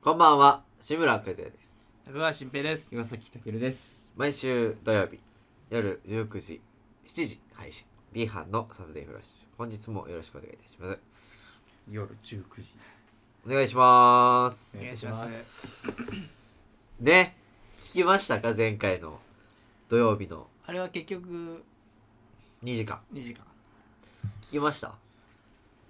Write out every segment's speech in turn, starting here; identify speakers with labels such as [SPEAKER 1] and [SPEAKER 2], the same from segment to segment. [SPEAKER 1] こんばんは、志村和也です。
[SPEAKER 2] 高橋新平です。
[SPEAKER 3] 岩崎るです。
[SPEAKER 1] 毎週土曜日、夜19時、7時配信、B 班のサタデーフラッシュ。本日もよろしくお願いいたします。
[SPEAKER 3] 夜19時。
[SPEAKER 1] お願いします。
[SPEAKER 2] お願いします。
[SPEAKER 1] ね、聞きましたか前回の土曜日の
[SPEAKER 2] あれは結局
[SPEAKER 1] 2時間。
[SPEAKER 2] 2時間。
[SPEAKER 1] 聞きました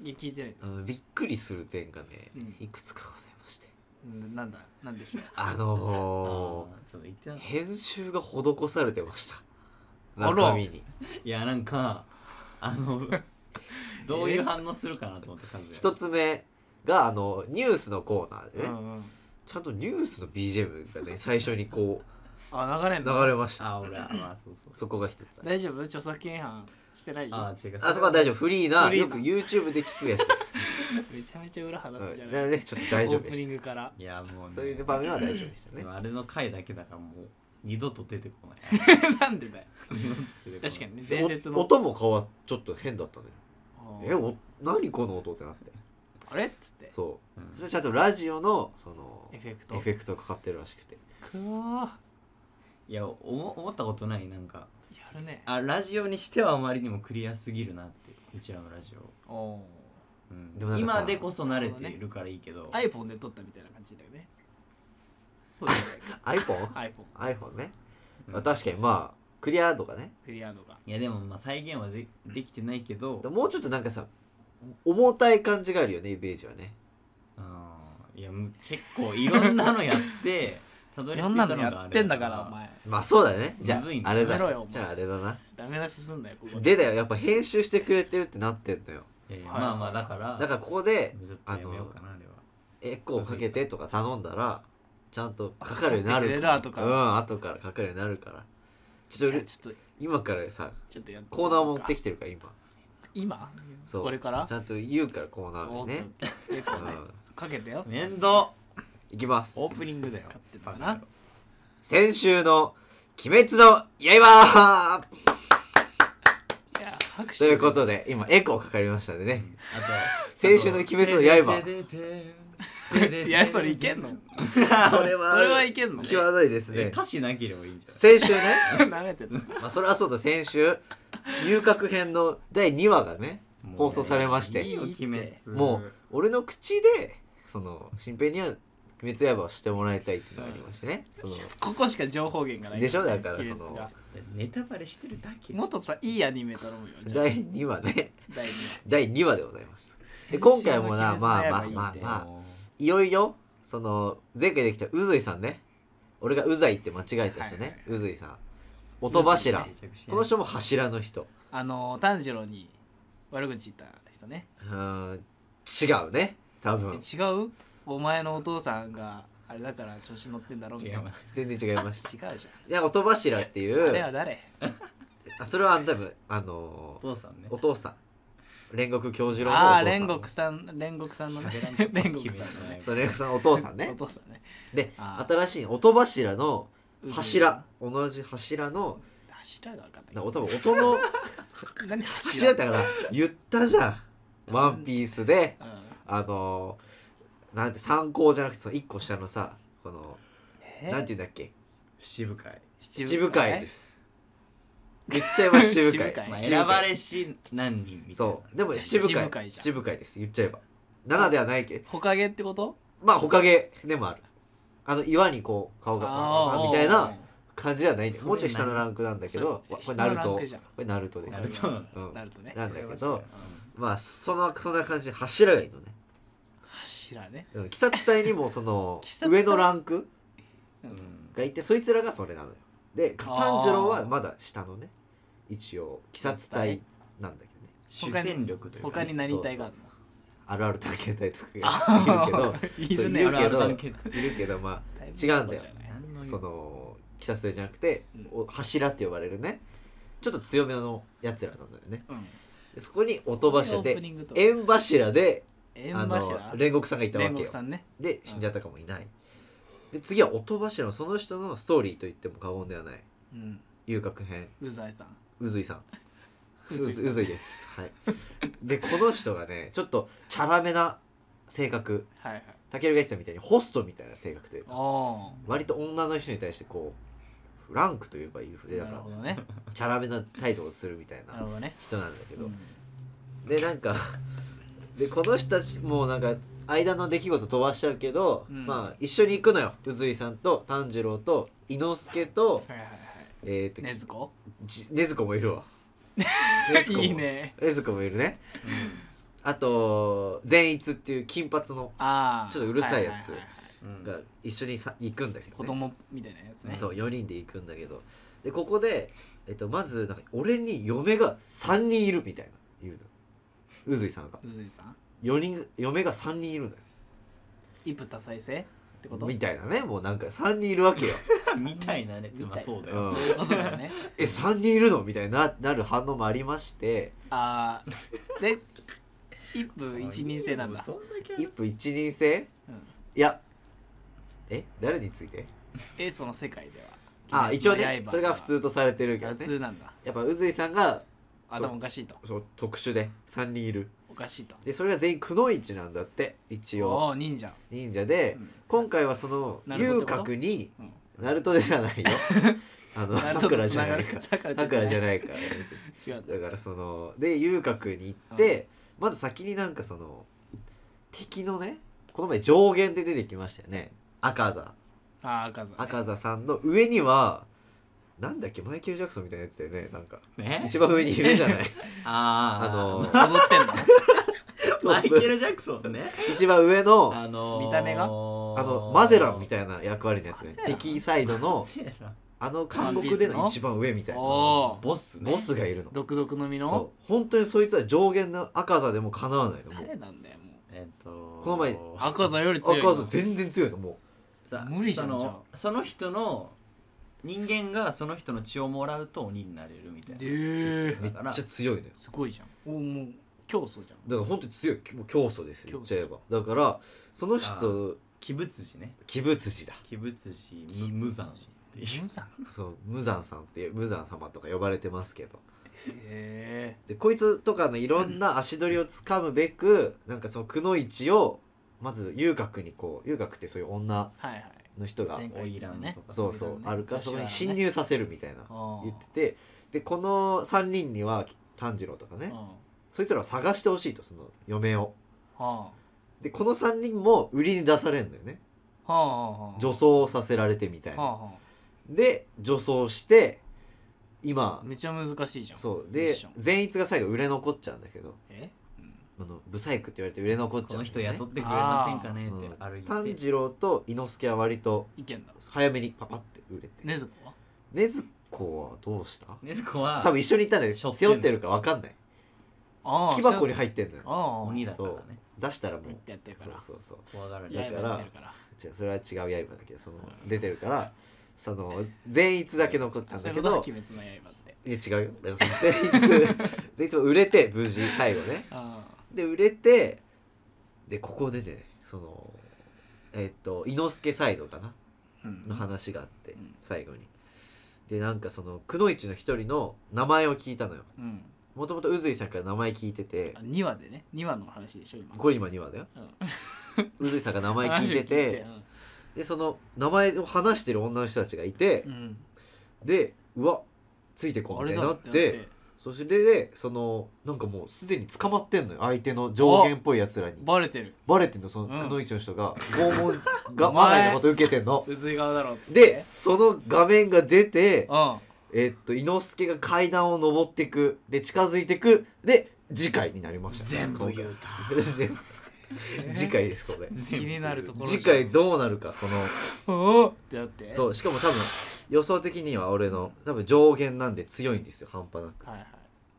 [SPEAKER 2] いや聞いてないで
[SPEAKER 1] あの
[SPEAKER 2] す。
[SPEAKER 1] びっくりする点がね、
[SPEAKER 2] うん
[SPEAKER 1] いくつかございまして。
[SPEAKER 2] うんなんだなんでしょう。
[SPEAKER 1] あ
[SPEAKER 3] ああ
[SPEAKER 1] の
[SPEAKER 3] ー、そう言ってな
[SPEAKER 1] ー、
[SPEAKER 3] かっ
[SPEAKER 1] 編集が施されてました。
[SPEAKER 2] あら
[SPEAKER 1] 中身に。
[SPEAKER 3] たいや、なんか、あ の、どういう反応するかなと思って、カズヤ
[SPEAKER 1] 一。つ目が、あの、ニュースのコーナーで
[SPEAKER 2] う
[SPEAKER 1] ね、
[SPEAKER 2] んうん。
[SPEAKER 1] ちゃんとニュースの BGM がね、最初にこう、
[SPEAKER 2] あ流れん
[SPEAKER 1] 流
[SPEAKER 2] の。
[SPEAKER 1] れま した。
[SPEAKER 3] あ、俺は、まあ、そうそう。
[SPEAKER 1] そこが一つ。
[SPEAKER 2] 大丈夫著作権違反してないよ。
[SPEAKER 3] あー、違う。
[SPEAKER 1] あそこは大丈夫。フリーな、
[SPEAKER 2] フリー
[SPEAKER 1] よ
[SPEAKER 2] な
[SPEAKER 1] く YouTube で聞くやつです。
[SPEAKER 2] めちゃめちゃ裏話すじゃ
[SPEAKER 1] うん
[SPEAKER 2] な。
[SPEAKER 1] ないので、ちょっと大丈
[SPEAKER 2] オ
[SPEAKER 1] 夫
[SPEAKER 2] ー
[SPEAKER 1] で
[SPEAKER 2] プニン
[SPEAKER 1] し
[SPEAKER 2] グ から。
[SPEAKER 3] いや、もう
[SPEAKER 1] た。
[SPEAKER 3] ね。
[SPEAKER 1] そういう場面は大丈夫でした
[SPEAKER 3] で
[SPEAKER 1] ね
[SPEAKER 3] も。あれの回だけだから、もう、二度と出てこない。
[SPEAKER 2] なんでだよ。
[SPEAKER 3] 確
[SPEAKER 2] 確か。にね伝説
[SPEAKER 1] お
[SPEAKER 2] の。
[SPEAKER 1] 音も変わっちょっと変だったね。
[SPEAKER 2] うん
[SPEAKER 1] え、お何この音ってなって。
[SPEAKER 2] あれっつって。
[SPEAKER 1] そう。
[SPEAKER 3] うん
[SPEAKER 1] そしてちゃんとラジオの、その、
[SPEAKER 2] エフェクト。
[SPEAKER 1] エフェクトがかかってるらしくて。
[SPEAKER 2] くおー
[SPEAKER 3] いや、おも思ったことない、なんか。
[SPEAKER 2] やるね。
[SPEAKER 3] あ、ラジオにしてはあまりにもクリアすぎるなって、うちらのラジオ。
[SPEAKER 2] おー
[SPEAKER 3] うん
[SPEAKER 1] でもなんかさ
[SPEAKER 3] 今でこそ慣れているからいいけど。
[SPEAKER 2] iPhone で撮ったみたいな感じだよね。そうじ ゃ
[SPEAKER 1] iPhone?iPhone
[SPEAKER 2] ないか。iPhone。
[SPEAKER 1] ね。
[SPEAKER 3] うん
[SPEAKER 1] まあ確かにまあ、クリアとかね。
[SPEAKER 2] クリアードが。
[SPEAKER 3] いやでもまあ再現はでできてないけど
[SPEAKER 1] でももうちょっとなんかさ、重たい感じがあるよね、イメージはね。
[SPEAKER 3] うんいやむ結構いろんなのやって たど
[SPEAKER 2] い
[SPEAKER 3] り着い
[SPEAKER 2] ろ
[SPEAKER 3] た
[SPEAKER 2] ん
[SPEAKER 3] の
[SPEAKER 2] なのや
[SPEAKER 3] があ
[SPEAKER 2] っ
[SPEAKER 3] れ
[SPEAKER 2] てんだからお前。
[SPEAKER 1] まあそうだね。じゃ
[SPEAKER 3] むずいん
[SPEAKER 1] あ、あ
[SPEAKER 3] だ
[SPEAKER 1] れだ
[SPEAKER 2] やめろよお。前
[SPEAKER 1] じゃああれだな。
[SPEAKER 2] ダメ出しすんなよここ
[SPEAKER 1] でだよ、やっぱ編集してくれてるってなってんのよ。
[SPEAKER 3] えー
[SPEAKER 2] はい
[SPEAKER 3] まあまあだから
[SPEAKER 1] だからここで
[SPEAKER 3] ちょっとやめようかなあれは
[SPEAKER 1] エコーかけてとか頼んだらちゃんとかかるようになる
[SPEAKER 2] あかかってくれる
[SPEAKER 1] う
[SPEAKER 2] なと
[SPEAKER 1] ん後からかかるようになるからちょっ
[SPEAKER 2] じゃあ
[SPEAKER 1] と
[SPEAKER 2] ちょっと
[SPEAKER 1] 今からさ
[SPEAKER 2] ちょっとやって
[SPEAKER 1] コーナー持ってきてるから今
[SPEAKER 2] 今
[SPEAKER 1] そう
[SPEAKER 2] これから
[SPEAKER 1] ちゃんと言うからコーナ
[SPEAKER 2] お
[SPEAKER 1] ー
[SPEAKER 2] っ
[SPEAKER 1] でね
[SPEAKER 2] とエコ
[SPEAKER 1] う
[SPEAKER 2] ーね
[SPEAKER 1] ん
[SPEAKER 2] かけてよ
[SPEAKER 3] 面倒
[SPEAKER 1] いきます
[SPEAKER 3] オープニングだよ
[SPEAKER 2] 勝手だな
[SPEAKER 1] 先週の「鬼滅の刃
[SPEAKER 2] いや拍」手
[SPEAKER 1] ということで今エコーかかりましたんで
[SPEAKER 3] う
[SPEAKER 1] ね
[SPEAKER 3] んあと
[SPEAKER 1] 先週の鬼滅の刃
[SPEAKER 3] 刃
[SPEAKER 2] いやそれいけんの
[SPEAKER 1] それは
[SPEAKER 2] それはいけんの
[SPEAKER 1] 際どいです ね
[SPEAKER 3] え歌詞なければいいんじゃない
[SPEAKER 1] 先週ね
[SPEAKER 2] 舐めてた
[SPEAKER 1] まあそれはそうと先週遊郭編の第2話がね
[SPEAKER 3] もう
[SPEAKER 1] 放送されまして
[SPEAKER 3] いいよ鬼滅
[SPEAKER 1] もう俺の口でその新平には「鬼滅刃」をしてもらいたいっていうのがありましてねその
[SPEAKER 2] ここしか情報源がない
[SPEAKER 1] でしょだから
[SPEAKER 2] 亀
[SPEAKER 1] そ
[SPEAKER 2] 裂
[SPEAKER 1] の
[SPEAKER 2] が
[SPEAKER 3] ネタバレしてるだけ
[SPEAKER 2] もっとさいいアニメ頼むよじゃあ
[SPEAKER 1] 第2話ね
[SPEAKER 2] 第2
[SPEAKER 1] 第2話でございますで今回もな
[SPEAKER 2] 先週の鬼滅
[SPEAKER 1] まあ
[SPEAKER 2] の
[SPEAKER 1] まあ
[SPEAKER 2] 刃
[SPEAKER 1] まあ
[SPEAKER 2] いいんだ
[SPEAKER 1] まあ
[SPEAKER 3] もう
[SPEAKER 1] いよいよその前回できた宇髄さんね俺が宇髄って間違えた人
[SPEAKER 2] はいはい
[SPEAKER 1] ね宇髄さん音柱この人も柱の人
[SPEAKER 2] あの炭治郎に悪口言った人ね
[SPEAKER 1] うーん違うね多
[SPEAKER 2] え
[SPEAKER 1] 分
[SPEAKER 2] 違うお前のお父さんがあれだから調子乗ってんだろみ
[SPEAKER 3] 違
[SPEAKER 2] た
[SPEAKER 3] い
[SPEAKER 2] いな
[SPEAKER 3] ま
[SPEAKER 1] 全然違いました
[SPEAKER 2] 違うじ
[SPEAKER 1] いや音柱ってい
[SPEAKER 2] ゃんあれは
[SPEAKER 1] う
[SPEAKER 2] 誰
[SPEAKER 1] あそれは多分あの
[SPEAKER 3] お
[SPEAKER 1] ー
[SPEAKER 3] 父さんね
[SPEAKER 1] お父さん煉獄教授郎のお父さん
[SPEAKER 2] ああ煉獄さん煉獄さんの ね 煉獄さんのね
[SPEAKER 1] そう煉獄さんお父さん
[SPEAKER 2] お
[SPEAKER 1] ね
[SPEAKER 2] 父さんね
[SPEAKER 1] で
[SPEAKER 2] あー
[SPEAKER 1] 新しい音柱の
[SPEAKER 2] う
[SPEAKER 1] 柱同じ柱の
[SPEAKER 2] ず柱が分かんない
[SPEAKER 1] な多分音の
[SPEAKER 2] 何
[SPEAKER 1] 柱ってだから言ったじゃん「ワンピースで
[SPEAKER 2] うん
[SPEAKER 1] あのー、なんて参考じゃなくてその1個下のさこの
[SPEAKER 2] え
[SPEAKER 1] なんて言うんだっけ
[SPEAKER 3] 七部会
[SPEAKER 1] 七部会です言っちゃえば七部
[SPEAKER 2] 七部
[SPEAKER 1] 会
[SPEAKER 2] 会
[SPEAKER 3] まあ、
[SPEAKER 1] 七部会
[SPEAKER 3] 選ばれし何人みたいな
[SPEAKER 1] そうでも
[SPEAKER 2] じゃあ
[SPEAKER 1] 七部
[SPEAKER 2] 七
[SPEAKER 1] 会
[SPEAKER 2] 部会じゃん
[SPEAKER 1] 七部会です言っちゃえば7ではないけど
[SPEAKER 2] ほかげってこと
[SPEAKER 1] まあほかげでもあるあの岩にこう顔が
[SPEAKER 2] あー
[SPEAKER 1] みたいな感じじゃないんだよ
[SPEAKER 3] それ
[SPEAKER 1] もうちょい下のランクなんだけどわこれナル
[SPEAKER 2] 下の
[SPEAKER 1] ト
[SPEAKER 2] ラン
[SPEAKER 1] こ
[SPEAKER 2] クじゃん
[SPEAKER 1] れナルトで
[SPEAKER 3] ナルトなんだ
[SPEAKER 1] うん
[SPEAKER 2] なるとね
[SPEAKER 1] なんだけど
[SPEAKER 3] う
[SPEAKER 1] まあそのそんな感じで柱がいいのね
[SPEAKER 2] 柱ね
[SPEAKER 1] うん鬼殺隊にもその
[SPEAKER 2] 鬼殺隊
[SPEAKER 1] 上のランク
[SPEAKER 2] うん
[SPEAKER 3] ん
[SPEAKER 1] がいてそいつらがそれなのよで
[SPEAKER 2] あー
[SPEAKER 1] 炭治郎はまだ下のね一応鬼殺隊なんだけどね
[SPEAKER 3] 主戦力という
[SPEAKER 2] 他
[SPEAKER 3] か、
[SPEAKER 2] に何体があるの
[SPEAKER 1] あるある探検隊とかがいるけど
[SPEAKER 2] いるね
[SPEAKER 1] そう
[SPEAKER 3] あるある探
[SPEAKER 1] いる
[SPEAKER 3] 検
[SPEAKER 1] けどいるけどまあ
[SPEAKER 2] だいぶ
[SPEAKER 1] 違うんだよ
[SPEAKER 2] じゃない
[SPEAKER 3] 何の
[SPEAKER 1] その鬼殺隊じゃなくて、
[SPEAKER 2] う
[SPEAKER 1] お柱って呼ばれるねちょっと強めのやつらなんだよね
[SPEAKER 2] うん
[SPEAKER 1] でそこに音柱
[SPEAKER 2] オープ
[SPEAKER 1] で
[SPEAKER 2] ニングと
[SPEAKER 1] 縁柱で
[SPEAKER 2] 縁
[SPEAKER 1] あの
[SPEAKER 2] 柱
[SPEAKER 1] 煉獄さんがいたわ
[SPEAKER 2] 煉
[SPEAKER 1] け
[SPEAKER 2] 獄
[SPEAKER 1] よ
[SPEAKER 2] さんね
[SPEAKER 1] で死んじゃったかもいない、で次は音柱のその人のストーリーと言っても過言ではない
[SPEAKER 2] うん
[SPEAKER 1] 遊郭編
[SPEAKER 2] うざいさん
[SPEAKER 1] 宇髄さん宇
[SPEAKER 2] 宇髄さん
[SPEAKER 1] 髄ですはいでこの人がねちょっとチャラめな性格
[SPEAKER 2] はいはい
[SPEAKER 1] たけるが言ってたみたいにホストみたいな性格というか
[SPEAKER 2] あ
[SPEAKER 1] 割と女の人に対してこうフランクといえばいい
[SPEAKER 2] あ
[SPEAKER 1] 筆だ
[SPEAKER 2] な
[SPEAKER 1] か
[SPEAKER 2] る
[SPEAKER 1] ら
[SPEAKER 2] ほどね
[SPEAKER 1] チャラめな態度をするみたい
[SPEAKER 2] なる
[SPEAKER 1] な
[SPEAKER 2] ほどね、
[SPEAKER 1] 人なんだけど、
[SPEAKER 2] うん
[SPEAKER 1] でなんかでこの人たちもうなんか間の出来事飛ばしちゃうけど、
[SPEAKER 2] うん
[SPEAKER 1] まあ一緒に行くのよ宇津井さんと炭治郎と伊之助と
[SPEAKER 2] はいはいはい
[SPEAKER 1] えっ、と
[SPEAKER 2] ねずこ
[SPEAKER 1] じ禰豆子もいる わも
[SPEAKER 2] いいね
[SPEAKER 1] 禰豆子もいるね、あと善逸っていう金髪の
[SPEAKER 2] ああ
[SPEAKER 1] ちょっとうるさいやつ
[SPEAKER 2] はははは
[SPEAKER 3] うん
[SPEAKER 1] が一緒にさ行くんだけど、ね、
[SPEAKER 2] 子供みたいなやつね
[SPEAKER 1] そう4人で行くんだけどでここで、えっと、まずなんか俺に嫁が3人いるみたいな言うの宇津井さんが
[SPEAKER 2] うずいさん
[SPEAKER 1] 4人嫁が3人いるんだよ
[SPEAKER 2] 一夫多妻制ってこと
[SPEAKER 1] みたいなねもうなんか3人いるわけよ
[SPEAKER 3] みたいなねまあそうだ
[SPEAKER 1] う
[SPEAKER 3] よ、
[SPEAKER 1] ん
[SPEAKER 2] そういうことだよね
[SPEAKER 1] え3人いるのみたいにななる反応もありまして
[SPEAKER 2] ああで一夫一人制なんだ
[SPEAKER 3] どんだけ
[SPEAKER 1] 一夫一人制
[SPEAKER 2] うん
[SPEAKER 1] いやえ誰について
[SPEAKER 2] えその世界では
[SPEAKER 1] あ一応
[SPEAKER 2] 鬼滅
[SPEAKER 1] ね
[SPEAKER 2] の刃
[SPEAKER 1] それが普通とされてるけど
[SPEAKER 2] 普
[SPEAKER 1] ね
[SPEAKER 2] 通なんだ
[SPEAKER 1] やっぱ宇津井さんが
[SPEAKER 2] 頭おかしいと
[SPEAKER 1] そう特殊で3人いる
[SPEAKER 2] おかしいと
[SPEAKER 1] でそれが全員くの一なんだって一応
[SPEAKER 2] おお忍者
[SPEAKER 1] 忍者で、
[SPEAKER 2] うん
[SPEAKER 1] 今回はその
[SPEAKER 2] なるほど
[SPEAKER 1] 遊郭に
[SPEAKER 2] うん
[SPEAKER 1] ナルトでじゃ ないよあのさくらじゃないから
[SPEAKER 2] さくら
[SPEAKER 1] さくらじゃ
[SPEAKER 2] ない
[SPEAKER 1] ないから
[SPEAKER 2] 違うんだ
[SPEAKER 1] だからそので遊郭に行って、まず先になんかその敵のねこの前上限で出てきましたよね赤座
[SPEAKER 2] ああ赤座
[SPEAKER 1] 赤座さんの上にはなんだっけマイケル・ジャクソンみたいなやつだよねなんか
[SPEAKER 3] ね
[SPEAKER 1] 一番上にいるじゃ ない
[SPEAKER 3] あー
[SPEAKER 1] あの
[SPEAKER 2] 踊っ てん
[SPEAKER 3] マイケル・ジャクソンね
[SPEAKER 1] 一番上のあ
[SPEAKER 3] あのー、
[SPEAKER 2] 見た目が
[SPEAKER 3] あ
[SPEAKER 1] のマゼランみ
[SPEAKER 3] い
[SPEAKER 1] たいな役割のやつね
[SPEAKER 2] マゼラン
[SPEAKER 1] 敵サイドのあの韓国で
[SPEAKER 2] ワン
[SPEAKER 1] の
[SPEAKER 2] ピースの
[SPEAKER 1] 一番上みたい
[SPEAKER 2] の
[SPEAKER 1] な
[SPEAKER 2] おお
[SPEAKER 3] ボスね
[SPEAKER 1] ボスがいるの
[SPEAKER 2] 独特の実の
[SPEAKER 1] そう本当にそいつは上限の赤座でもかなわないのもう
[SPEAKER 2] 誰なんだよもう
[SPEAKER 3] えっと
[SPEAKER 1] この前
[SPEAKER 2] 赤座より強いの
[SPEAKER 1] 赤座全然強いのも
[SPEAKER 3] さ
[SPEAKER 2] 無理じゃん
[SPEAKER 3] その
[SPEAKER 2] じゃあ
[SPEAKER 3] その人の人間がその人の血をもらうと鬼になれるみたいな
[SPEAKER 2] へー
[SPEAKER 1] うめ
[SPEAKER 3] だ
[SPEAKER 1] っ
[SPEAKER 3] から
[SPEAKER 1] ちゃ強いのよ
[SPEAKER 2] すごいじゃんおもう競争じゃん
[SPEAKER 1] だから本当に強いもう競争ですよ
[SPEAKER 2] 競
[SPEAKER 1] 言
[SPEAKER 2] 争
[SPEAKER 1] っちゃえばだからその
[SPEAKER 3] あ
[SPEAKER 1] 人
[SPEAKER 3] 鬼仏寺ね
[SPEAKER 1] 鬼仏寺だ
[SPEAKER 3] 鬼仏寺無無惨っていう
[SPEAKER 2] ムさん
[SPEAKER 1] そう無惨さんっていう無惨様とか呼ばれてますけど
[SPEAKER 2] へえ
[SPEAKER 1] でこいつとかのいろんな足取りをつかむべく、なんかそのくの一をまず遊郭にこう遊郭ってそういう女
[SPEAKER 2] はいはい
[SPEAKER 1] の人が
[SPEAKER 2] 前
[SPEAKER 3] 花
[SPEAKER 2] 回言ってた
[SPEAKER 3] 魁
[SPEAKER 2] ね
[SPEAKER 3] とか
[SPEAKER 1] そうそう、
[SPEAKER 2] ね
[SPEAKER 1] あるからそこに侵入させるみたいな
[SPEAKER 2] あー
[SPEAKER 1] 言っててでこの3人には炭治郎とかね、
[SPEAKER 2] うんあ
[SPEAKER 1] そいつらを探してほしいとその嫁を
[SPEAKER 2] あは
[SPEAKER 1] でこの3人も売りに出されるんだよね
[SPEAKER 2] あはあはあ
[SPEAKER 1] 女装をさせられてみたい
[SPEAKER 2] はあ
[SPEAKER 1] な
[SPEAKER 2] は
[SPEAKER 1] で女装して
[SPEAKER 2] あ
[SPEAKER 1] 今
[SPEAKER 2] めっちゃ難しいじゃん
[SPEAKER 1] そう
[SPEAKER 2] ミ
[SPEAKER 1] で
[SPEAKER 2] ッション
[SPEAKER 1] 善逸が最後売れ残っちゃうんだけど
[SPEAKER 2] え、う
[SPEAKER 1] あ
[SPEAKER 2] ん
[SPEAKER 1] のブサイクって言われて売れ残っち
[SPEAKER 3] こ
[SPEAKER 1] ゃう
[SPEAKER 3] の
[SPEAKER 1] んだ
[SPEAKER 3] 人
[SPEAKER 1] よね、
[SPEAKER 3] 雇ってくれませんかねって
[SPEAKER 1] うん
[SPEAKER 3] 歩いて
[SPEAKER 1] 炭治郎と伊之助は割と
[SPEAKER 2] 意見だろ
[SPEAKER 1] 早めにパパって売れて
[SPEAKER 2] ねずこは
[SPEAKER 1] 禰豆子はどうした
[SPEAKER 3] 禰豆子は
[SPEAKER 1] 多分一緒に行ったんだけ
[SPEAKER 3] 背
[SPEAKER 1] ど
[SPEAKER 3] 負ってんの
[SPEAKER 1] 背負ってるか分かんない
[SPEAKER 2] ああ
[SPEAKER 1] 木箱に
[SPEAKER 2] そう
[SPEAKER 1] 入ってんのよ
[SPEAKER 2] ああ
[SPEAKER 3] 鬼だから
[SPEAKER 1] そう
[SPEAKER 3] ね
[SPEAKER 1] 出したらもう
[SPEAKER 2] ってやってるか
[SPEAKER 1] そう
[SPEAKER 2] ら
[SPEAKER 1] そうそう
[SPEAKER 3] 怖がられ
[SPEAKER 1] だ
[SPEAKER 2] 刃
[SPEAKER 1] か
[SPEAKER 3] る
[SPEAKER 1] ら
[SPEAKER 2] やってるから
[SPEAKER 1] 違うそれは違う刃だけどその出てるからその善逸だけ残ったん
[SPEAKER 2] そう
[SPEAKER 1] だ
[SPEAKER 2] いう
[SPEAKER 1] け
[SPEAKER 2] ことは
[SPEAKER 1] ど
[SPEAKER 2] 鬼滅の刃って
[SPEAKER 1] いや違うよだからその善 逸善逸も売れて無事最後ね
[SPEAKER 2] ああ
[SPEAKER 1] で売れてでここでねそのえっと伊之助サイドかな
[SPEAKER 2] うん
[SPEAKER 1] の話があって、
[SPEAKER 2] うん
[SPEAKER 1] 最後にでなんかそのくの一の一人の名前を聞いたのよ
[SPEAKER 2] うん
[SPEAKER 1] もともと宇津井さんから名前聞いてて
[SPEAKER 2] あ2話でね2話の話でしょ今
[SPEAKER 1] これ今2話だよ
[SPEAKER 2] うん
[SPEAKER 1] 宇津井さんが名前 聞いてて
[SPEAKER 2] 話を聞い
[SPEAKER 1] でその名前を話してる女の人たちがいて、
[SPEAKER 2] てうん
[SPEAKER 1] でうわついて
[SPEAKER 2] うん
[SPEAKER 1] こ
[SPEAKER 2] あ
[SPEAKER 1] うみ
[SPEAKER 2] れ
[SPEAKER 1] たい
[SPEAKER 2] だ
[SPEAKER 1] にな
[SPEAKER 2] だ
[SPEAKER 1] っ
[SPEAKER 2] って
[SPEAKER 1] て
[SPEAKER 2] て
[SPEAKER 1] そしてでそのなんかもうすでに捕まってんのよ相手の上限っぽいやつらに
[SPEAKER 2] バレてる
[SPEAKER 1] バレてんのその
[SPEAKER 2] うん
[SPEAKER 1] くのいちの人が拷問が
[SPEAKER 2] お前
[SPEAKER 1] まがいのこと受けてんの
[SPEAKER 2] うずい側だろっつって
[SPEAKER 1] でその画面が出て
[SPEAKER 2] うん
[SPEAKER 1] えっと伊之助が階段を登ってくで近づいてくで次回になりました
[SPEAKER 3] 全部言
[SPEAKER 1] う
[SPEAKER 3] う た
[SPEAKER 1] 次回です これ
[SPEAKER 2] 気になるところじゃん
[SPEAKER 1] 次回どうなるかこの
[SPEAKER 2] おおってなって
[SPEAKER 1] そうしかも多分予想的には俺の多分上限なんで強いんですよ半端なく
[SPEAKER 2] はいはい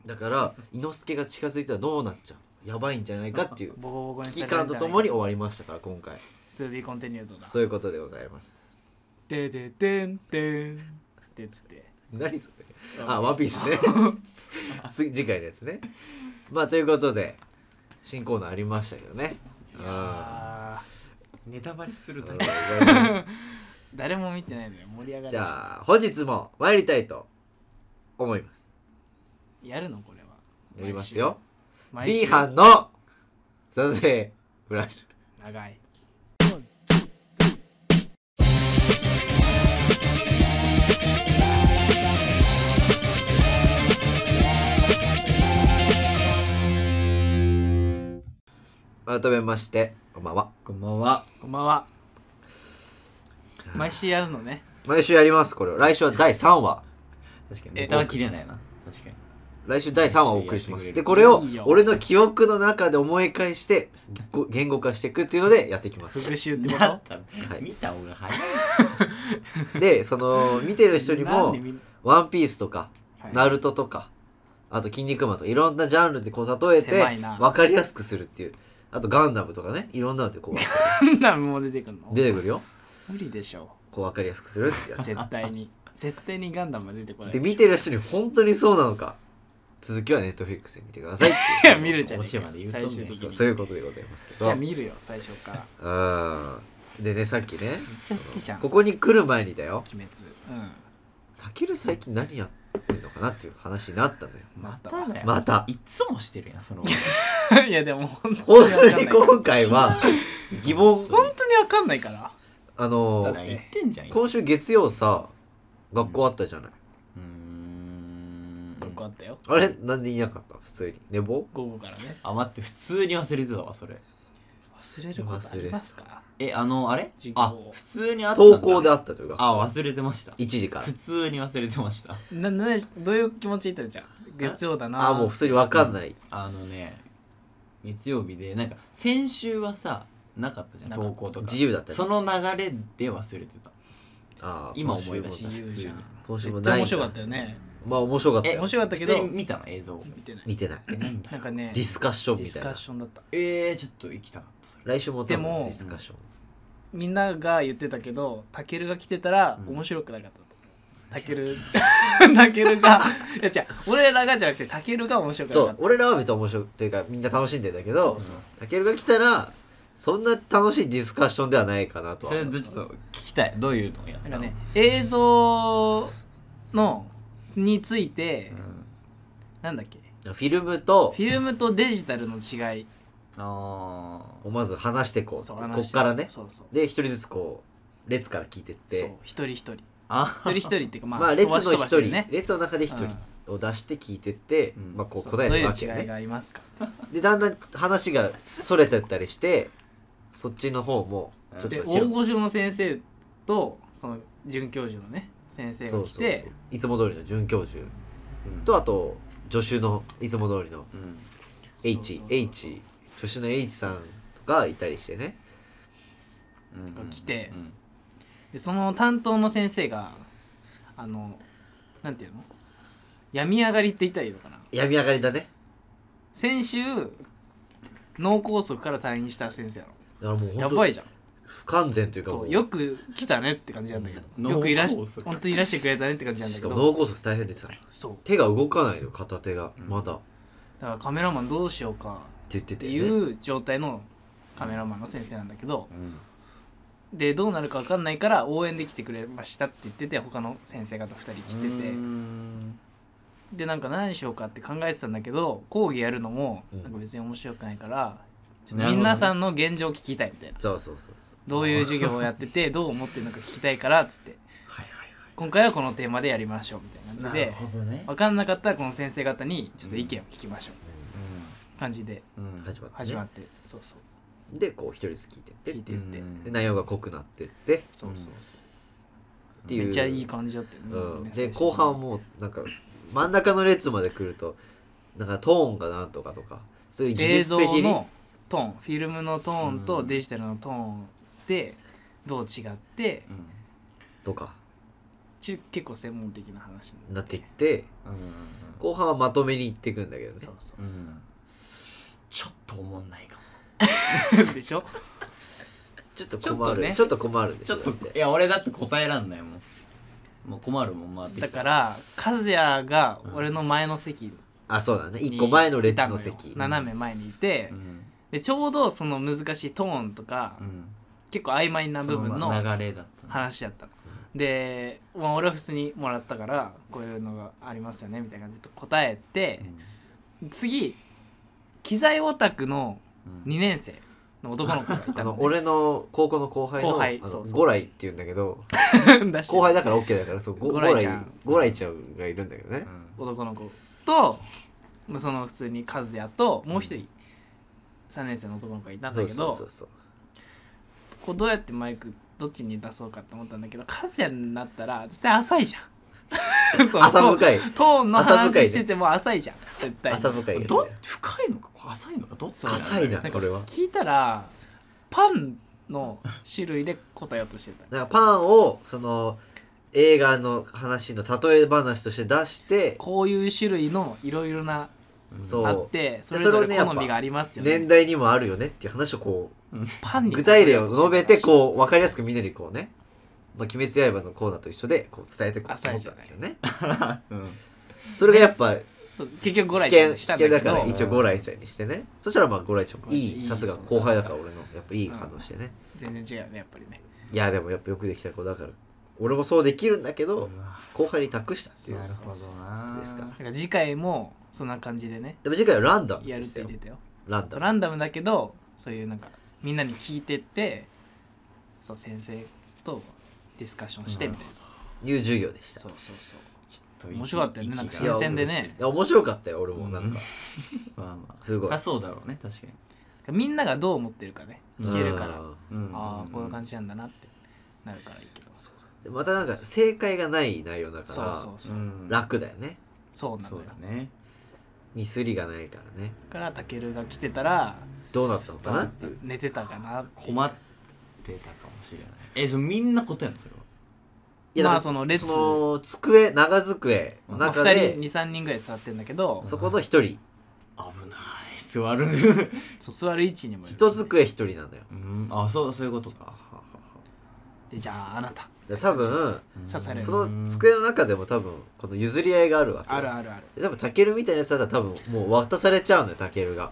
[SPEAKER 1] だから伊之助が近づいたらどうなっちゃうやばいんじゃないかっていう
[SPEAKER 2] ボコボコに
[SPEAKER 1] 危機
[SPEAKER 2] されるんじゃ
[SPEAKER 1] 感
[SPEAKER 2] ない
[SPEAKER 1] とともに終わりましたから今回
[SPEAKER 2] To be continued だ
[SPEAKER 1] そういうことでございます
[SPEAKER 2] でででんでんってつって
[SPEAKER 1] 何それあワンピー スね次次回のやつねまあということで新コーナーありましたけどね あ
[SPEAKER 2] あ
[SPEAKER 3] ネタバレするだろ
[SPEAKER 2] ー誰も見てないのよ盛り上がる
[SPEAKER 1] じゃあ本日も参りたいと思います
[SPEAKER 2] やるのこれは
[SPEAKER 1] やりますよ
[SPEAKER 2] 毎週
[SPEAKER 1] B 班の撮影フラッシュ
[SPEAKER 2] 長い
[SPEAKER 4] 「
[SPEAKER 1] 改めましてこんばんは
[SPEAKER 3] こんばんは
[SPEAKER 2] こんばんは毎週やるのね
[SPEAKER 1] 毎週やりますこれを来週は第3話
[SPEAKER 3] 確かに
[SPEAKER 2] え
[SPEAKER 3] ネタは切れないな確かに
[SPEAKER 1] 来週第3話をお送りしま
[SPEAKER 3] 来週やってくれ
[SPEAKER 1] す
[SPEAKER 3] る
[SPEAKER 1] でこれを
[SPEAKER 2] いいよ
[SPEAKER 1] 俺の記憶の中で思い返してご 言語化していくっていうのでやっていきます
[SPEAKER 2] 復習って こ
[SPEAKER 3] だっ
[SPEAKER 2] と
[SPEAKER 3] たら
[SPEAKER 1] い
[SPEAKER 3] 見た方が早い
[SPEAKER 1] でその見てる人に
[SPEAKER 2] なん
[SPEAKER 1] も
[SPEAKER 2] でみん
[SPEAKER 1] 「ワンピースとか「
[SPEAKER 2] はい
[SPEAKER 1] ナルトとかあと「筋肉マン」とかいろんなジャンルでこう例えて
[SPEAKER 2] 狭いな
[SPEAKER 1] 分かりやすくするっていうあと「ガンダム」とかねいろんなのでこう
[SPEAKER 2] そんなんもう出てくるの
[SPEAKER 1] 出てくるよ
[SPEAKER 2] 無理でしょ
[SPEAKER 1] こう分かりやすくするってやつ
[SPEAKER 2] 絶対に絶対にガンダムは出てこない
[SPEAKER 1] で見てる人に本当にそうなのか続きはネットフリックスで見てくださいって
[SPEAKER 2] い
[SPEAKER 1] い
[SPEAKER 2] や
[SPEAKER 1] う
[SPEAKER 2] 見るじゃね
[SPEAKER 3] 落ち
[SPEAKER 2] えか
[SPEAKER 3] まで言うとん
[SPEAKER 2] 最
[SPEAKER 3] ね
[SPEAKER 2] 終
[SPEAKER 3] ん
[SPEAKER 2] 的
[SPEAKER 1] そう
[SPEAKER 2] に
[SPEAKER 1] そういうことでございますけど
[SPEAKER 2] じゃあ見るよ最初から
[SPEAKER 1] うんでねさっきね
[SPEAKER 2] めっちゃ好きじゃん
[SPEAKER 1] こ
[SPEAKER 2] 鬼
[SPEAKER 1] こに来る前にだよ
[SPEAKER 2] 滅う
[SPEAKER 1] たける最近何やってんのかなっていう話になったのよ
[SPEAKER 3] まただよ
[SPEAKER 1] また
[SPEAKER 3] いつもしてるやんその
[SPEAKER 2] んいやでも本
[SPEAKER 1] 本
[SPEAKER 2] わかん
[SPEAKER 1] 当
[SPEAKER 2] ない
[SPEAKER 1] に今回は疑問
[SPEAKER 2] 本当にわかんないから
[SPEAKER 1] あの
[SPEAKER 2] だって
[SPEAKER 3] 言ってんじゃんう
[SPEAKER 1] 今週月曜さ学校あったじゃない、
[SPEAKER 3] ーん
[SPEAKER 2] ここあったよ
[SPEAKER 1] あれなんでいなかった普通に寝坊
[SPEAKER 2] 午後からね
[SPEAKER 3] あ待って普通に忘れてたわそれ
[SPEAKER 2] 忘れることありますか
[SPEAKER 3] えあのあれ
[SPEAKER 2] 授業
[SPEAKER 3] あ普通にあったんだ
[SPEAKER 1] 登校であったというか
[SPEAKER 3] あ忘れてました
[SPEAKER 1] 1時から
[SPEAKER 3] 普通に忘れてました
[SPEAKER 2] ななどういう気持ちでいたのじゃん月曜だな
[SPEAKER 1] あもう普通に分かんない、
[SPEAKER 3] あのね月曜日でなんか先週はさなかったじゃん
[SPEAKER 2] なかった
[SPEAKER 3] 投稿とか
[SPEAKER 1] 自由だったね
[SPEAKER 3] その流れで忘れてた
[SPEAKER 1] あー
[SPEAKER 3] 今思い出
[SPEAKER 1] 今週
[SPEAKER 3] した
[SPEAKER 1] も
[SPEAKER 3] 普
[SPEAKER 2] 自由じ
[SPEAKER 3] 通
[SPEAKER 2] ゃ
[SPEAKER 3] に
[SPEAKER 2] ん
[SPEAKER 1] 今週
[SPEAKER 2] め
[SPEAKER 1] も
[SPEAKER 2] っちゃ
[SPEAKER 1] ないんだ
[SPEAKER 2] 面白かったよね
[SPEAKER 1] まあ面白かった
[SPEAKER 3] え
[SPEAKER 1] よ
[SPEAKER 2] 面白かったけ
[SPEAKER 3] 普通
[SPEAKER 2] ど
[SPEAKER 3] に見たの映像
[SPEAKER 2] 見てない
[SPEAKER 1] 見てない
[SPEAKER 3] えなんだ
[SPEAKER 2] なんかね
[SPEAKER 1] ディスカッション
[SPEAKER 2] デ
[SPEAKER 1] みた
[SPEAKER 2] ィス
[SPEAKER 1] い
[SPEAKER 2] カ
[SPEAKER 1] な
[SPEAKER 2] ッションだった
[SPEAKER 3] えー、ちょっと行きたかったそれ
[SPEAKER 1] 来週も多分
[SPEAKER 2] で
[SPEAKER 1] デ
[SPEAKER 2] も
[SPEAKER 1] ィスカッション
[SPEAKER 2] みんなが言ってたけどたけるが来てたら
[SPEAKER 3] うん
[SPEAKER 2] 面白くなかったたける たけるがいや違う俺らがじゃなくてたけるが面白くな
[SPEAKER 1] そ
[SPEAKER 2] か
[SPEAKER 1] う
[SPEAKER 2] った
[SPEAKER 1] 俺らは別に面白いというかみんな楽しんでんだけど
[SPEAKER 3] そうそう
[SPEAKER 1] たけるが来たらそんな楽しいディスカッションではないかなと
[SPEAKER 3] そ
[SPEAKER 1] は
[SPEAKER 3] れちょっと聞きたいどういうのをやった
[SPEAKER 2] な
[SPEAKER 3] の
[SPEAKER 2] んかね映像のについて
[SPEAKER 3] うん
[SPEAKER 2] なんだっけ
[SPEAKER 1] フィルムと
[SPEAKER 2] フィルムとデジタルの違い
[SPEAKER 3] あー
[SPEAKER 1] まず話してこう
[SPEAKER 2] そう
[SPEAKER 1] こっからね
[SPEAKER 2] そうそう
[SPEAKER 1] で一人ずつこう列から聞いてっ
[SPEAKER 2] そう
[SPEAKER 1] て
[SPEAKER 2] 一人一人
[SPEAKER 3] あ
[SPEAKER 2] 一人一人っていうかま
[SPEAKER 1] ま
[SPEAKER 2] あ
[SPEAKER 1] あ、列の
[SPEAKER 2] 飛ばし飛
[SPEAKER 1] 一
[SPEAKER 2] ばし
[SPEAKER 1] 人、
[SPEAKER 2] でね
[SPEAKER 1] 列の中で一人を出して聞いてって、
[SPEAKER 3] うん
[SPEAKER 1] まあこう
[SPEAKER 2] そう
[SPEAKER 1] 答えるわけ
[SPEAKER 2] どう
[SPEAKER 1] よ
[SPEAKER 2] いう違い
[SPEAKER 1] ね
[SPEAKER 2] がありますか
[SPEAKER 1] でだんだん話がそれてったりしてそっちの方もちょっ
[SPEAKER 2] で
[SPEAKER 1] と
[SPEAKER 2] 大
[SPEAKER 1] 広く
[SPEAKER 2] 御所の先生とその准教授のね先生
[SPEAKER 1] そ
[SPEAKER 2] が
[SPEAKER 1] う
[SPEAKER 2] 来
[SPEAKER 1] そう
[SPEAKER 2] て
[SPEAKER 1] そういつも通りの准教授
[SPEAKER 3] うん
[SPEAKER 1] とあと助手のいつも通りの
[SPEAKER 3] うん
[SPEAKER 1] H
[SPEAKER 2] そうそうそう
[SPEAKER 1] H 助手の H さんがいたりしてね
[SPEAKER 3] うんうん
[SPEAKER 2] 来て
[SPEAKER 3] うん
[SPEAKER 2] でその担当の先生があのなんていうの病み上がりって言ったらいいのかな
[SPEAKER 1] 病み上がりだね
[SPEAKER 2] 先週脳梗塞から退院した先生な
[SPEAKER 1] だからもう
[SPEAKER 2] のや
[SPEAKER 1] 本
[SPEAKER 2] ば
[SPEAKER 1] 当
[SPEAKER 2] いじゃん
[SPEAKER 1] 不完全というかも
[SPEAKER 2] そううよく来たねって感じなんだけ
[SPEAKER 3] うん
[SPEAKER 2] どよくいらし
[SPEAKER 3] 脳梗塞
[SPEAKER 2] 本当にいらしてくれたねって感じなんだ
[SPEAKER 1] し
[SPEAKER 2] け
[SPEAKER 1] かも
[SPEAKER 2] ど
[SPEAKER 1] 脳梗塞大変でさ
[SPEAKER 2] そう
[SPEAKER 1] 手が動かないの片手がまだ、って
[SPEAKER 2] だからカメラマンどうしようか
[SPEAKER 1] 言って
[SPEAKER 2] って
[SPEAKER 1] て、ね、
[SPEAKER 2] いう状態のカメラマンの先生なんだけど
[SPEAKER 3] うん
[SPEAKER 2] でどうなるか分かんないから応援できてくれましたって言ってて他の先生方2人来てて。
[SPEAKER 3] うん
[SPEAKER 2] でなんか何しようかって考えてたんだけど講義やるのも
[SPEAKER 1] うん
[SPEAKER 2] なんか別に面白くないから、ちょっ
[SPEAKER 3] な
[SPEAKER 2] と
[SPEAKER 3] る
[SPEAKER 2] みん
[SPEAKER 3] ほど
[SPEAKER 2] なさんの現状を聞きたいみたいな
[SPEAKER 1] そうそうそうそう
[SPEAKER 2] どういう授業をやっててどう思ってるのか聞きたいからっつって
[SPEAKER 3] はいは
[SPEAKER 2] 今回はこのテーマでやりましょうみたいない感
[SPEAKER 3] はい
[SPEAKER 2] じで
[SPEAKER 3] どね
[SPEAKER 2] 分かんなかったらこの先生方にちょっと意見を聞きましょう感じで
[SPEAKER 3] うんうん
[SPEAKER 1] 始まって、ね、
[SPEAKER 2] 始まって、そうそう
[SPEAKER 1] でこう一人ずつ聞いてって
[SPEAKER 2] 聞いてって、
[SPEAKER 3] うん
[SPEAKER 1] で内容が濃くなってってっ
[SPEAKER 2] そうそうそう、
[SPEAKER 1] ていう
[SPEAKER 2] めっちゃいい感じだったよね,ね、
[SPEAKER 1] うん、で
[SPEAKER 2] 最初
[SPEAKER 1] 後半はもうなんか真ん中の列まで来るとなんかトーンがなんとかとかそういう技
[SPEAKER 2] 映
[SPEAKER 1] 術的
[SPEAKER 2] 像
[SPEAKER 1] に
[SPEAKER 2] のトーンフィルムのトーン
[SPEAKER 3] う
[SPEAKER 2] と
[SPEAKER 3] ん
[SPEAKER 2] デジタルのトーンでどう違って、
[SPEAKER 3] うん
[SPEAKER 1] とか
[SPEAKER 2] ち結構専門的な話
[SPEAKER 1] なっていって
[SPEAKER 3] うん
[SPEAKER 1] 後半はまとめにいっていくんだけどね
[SPEAKER 2] そうそう
[SPEAKER 3] うんう
[SPEAKER 2] そ
[SPEAKER 3] んちょっと思んないか
[SPEAKER 2] う、
[SPEAKER 3] も
[SPEAKER 2] でしょ
[SPEAKER 1] ちょっと
[SPEAKER 2] ちょっ
[SPEAKER 1] 困
[SPEAKER 2] と
[SPEAKER 1] るちょ,、
[SPEAKER 2] ね
[SPEAKER 1] っと困るでし
[SPEAKER 3] ちょっと
[SPEAKER 1] だ
[SPEAKER 3] いや俺だって答えらんないもんもう困るもんまあ
[SPEAKER 2] だから和也が俺の前の席に
[SPEAKER 1] あそうだね
[SPEAKER 2] いた
[SPEAKER 1] 一個前の列の席
[SPEAKER 2] よ斜め前にいて、
[SPEAKER 3] うん
[SPEAKER 2] でちょうどその難しいトーンとか、
[SPEAKER 3] うん
[SPEAKER 2] 結構曖昧な部分の
[SPEAKER 3] そ流れだったね
[SPEAKER 2] 話だったので、まあ、俺は普通にもらったからこういうのがありますよねみたいな感じで答えて
[SPEAKER 3] う、ん
[SPEAKER 2] 次機材オタクの
[SPEAKER 3] うん
[SPEAKER 2] 2年生の男の 子がい
[SPEAKER 1] あ
[SPEAKER 2] た
[SPEAKER 1] の
[SPEAKER 2] の、
[SPEAKER 1] 俺の高校の後輩の
[SPEAKER 2] 後輩
[SPEAKER 1] あの
[SPEAKER 2] そうそう
[SPEAKER 1] 五来っていうんだけど
[SPEAKER 2] 出して
[SPEAKER 1] 後輩だから OK だからそうご
[SPEAKER 2] 五
[SPEAKER 1] 五
[SPEAKER 2] 来
[SPEAKER 1] 来
[SPEAKER 2] ちゃん
[SPEAKER 1] 五来ちゃんがいるんだけどね、
[SPEAKER 3] うん
[SPEAKER 2] 男の子とまあその普通に和也ともう一人、 3年生の男の子がいたん
[SPEAKER 1] そ
[SPEAKER 2] だ
[SPEAKER 1] う
[SPEAKER 2] け
[SPEAKER 1] そう
[SPEAKER 2] ど
[SPEAKER 1] そうそう
[SPEAKER 2] こうどうやってマイクどっちに出そうかと思ったんだけど和也になったら絶対浅いじゃん その
[SPEAKER 1] 浅深い
[SPEAKER 2] トーントーンの
[SPEAKER 1] 浅深い
[SPEAKER 2] 話
[SPEAKER 1] ね
[SPEAKER 2] してても浅いじゃん絶対に
[SPEAKER 1] 浅深いやつ
[SPEAKER 3] ど深いのか浅いのかどっちだ
[SPEAKER 1] 浅いな
[SPEAKER 2] なん
[SPEAKER 1] これは
[SPEAKER 2] 聞いたらパンの種類で答えようとしてた
[SPEAKER 1] なんかパンをその映画の話の例え話として出して
[SPEAKER 2] こういう種類のいろいろな
[SPEAKER 1] そう
[SPEAKER 2] あってそれ
[SPEAKER 1] それ
[SPEAKER 2] ぞ
[SPEAKER 1] を
[SPEAKER 2] れ
[SPEAKER 1] ねやっぱ
[SPEAKER 2] 好みがありますよね
[SPEAKER 1] 年代にもあるよねっていう話をこ
[SPEAKER 2] パ
[SPEAKER 1] う
[SPEAKER 2] ンに
[SPEAKER 1] 具体例を述べて
[SPEAKER 2] う
[SPEAKER 1] こう分かりやすくみんなにこうね「まあ、鬼滅刃」のコーナーと一緒でこう伝えてこうと
[SPEAKER 2] 浅
[SPEAKER 1] 思
[SPEAKER 2] い
[SPEAKER 1] っ
[SPEAKER 2] じ
[SPEAKER 1] た
[SPEAKER 2] ゃ
[SPEAKER 1] ん
[SPEAKER 2] な
[SPEAKER 1] だ
[SPEAKER 2] い
[SPEAKER 1] けどね
[SPEAKER 3] うん
[SPEAKER 1] それがやっぱ
[SPEAKER 2] そう結局
[SPEAKER 1] 危
[SPEAKER 2] ご来
[SPEAKER 1] 険
[SPEAKER 2] 店
[SPEAKER 1] 危
[SPEAKER 2] したんだ
[SPEAKER 1] 険
[SPEAKER 2] け
[SPEAKER 1] だ
[SPEAKER 2] ど
[SPEAKER 1] から一応ゴライちゃんにしてねそしたらまあゴライちゃんもい
[SPEAKER 2] い
[SPEAKER 1] い
[SPEAKER 2] い
[SPEAKER 1] さすが
[SPEAKER 2] そう
[SPEAKER 1] 後輩だから俺のやっぱいい反応してね
[SPEAKER 2] 全然違うよねやっぱりね
[SPEAKER 1] いやでもやっぱよくできた子だから俺もそうできるんだけど後輩に託したっていう
[SPEAKER 3] なるほどな
[SPEAKER 1] ですか
[SPEAKER 2] だから次回もそんな感じでね
[SPEAKER 1] でも次回はランダム
[SPEAKER 2] や
[SPEAKER 1] で
[SPEAKER 2] るっ
[SPEAKER 1] す
[SPEAKER 2] て
[SPEAKER 1] よ
[SPEAKER 2] 言ってたよ
[SPEAKER 1] ラン
[SPEAKER 2] そ
[SPEAKER 1] ダ
[SPEAKER 2] う
[SPEAKER 1] ム
[SPEAKER 2] ランダムだけどそういうなんかみんなに聞いてってそう先生とディスカッションしてみたいな、
[SPEAKER 1] いう授業でした
[SPEAKER 2] そうそうそう
[SPEAKER 3] ちょっと
[SPEAKER 2] 面白かったよねなんか
[SPEAKER 3] 息
[SPEAKER 1] いや
[SPEAKER 3] が
[SPEAKER 2] 新鮮でね
[SPEAKER 1] いや面白かったよ俺も
[SPEAKER 3] うん
[SPEAKER 1] なんか
[SPEAKER 3] まあます
[SPEAKER 1] ごい
[SPEAKER 3] ああそうだろうね確かに
[SPEAKER 2] みんながどう思ってるかね聞けるから
[SPEAKER 1] う
[SPEAKER 2] あ
[SPEAKER 1] ん
[SPEAKER 3] うん
[SPEAKER 2] あーこういう感
[SPEAKER 3] じ
[SPEAKER 2] じなんだなってなるからいいけど
[SPEAKER 1] でまたなんか正解がない内容だか
[SPEAKER 2] そうそう
[SPEAKER 1] ら
[SPEAKER 2] そう、
[SPEAKER 1] 楽だよね
[SPEAKER 2] そうなの
[SPEAKER 3] そう
[SPEAKER 2] よだ
[SPEAKER 3] だね
[SPEAKER 1] ミスりがないからね
[SPEAKER 2] からたけるが来てたら
[SPEAKER 1] どうなったのかなっていう
[SPEAKER 2] 寝てたかなっていう
[SPEAKER 3] 困ってたかもしれないえそれみんな答えんのそれはい
[SPEAKER 1] や
[SPEAKER 2] まあ
[SPEAKER 1] だから
[SPEAKER 2] その列
[SPEAKER 1] その机長机の
[SPEAKER 2] まあ、
[SPEAKER 1] 中
[SPEAKER 2] 2
[SPEAKER 1] で
[SPEAKER 2] 人23人ぐらい座ってんだけど
[SPEAKER 1] そこの一人
[SPEAKER 3] 危ない座る
[SPEAKER 2] そう座る位置にもよるし
[SPEAKER 1] 一机一人なんだよ
[SPEAKER 3] うんあそうそういうことか
[SPEAKER 2] でじゃああなた
[SPEAKER 1] で多分
[SPEAKER 2] 刺される
[SPEAKER 1] その机の中でも多分この譲り合いがあるわけよ
[SPEAKER 2] あるあるある
[SPEAKER 1] で多分タケルみたいなやつだったら多分もう渡されちゃうのよタケルが、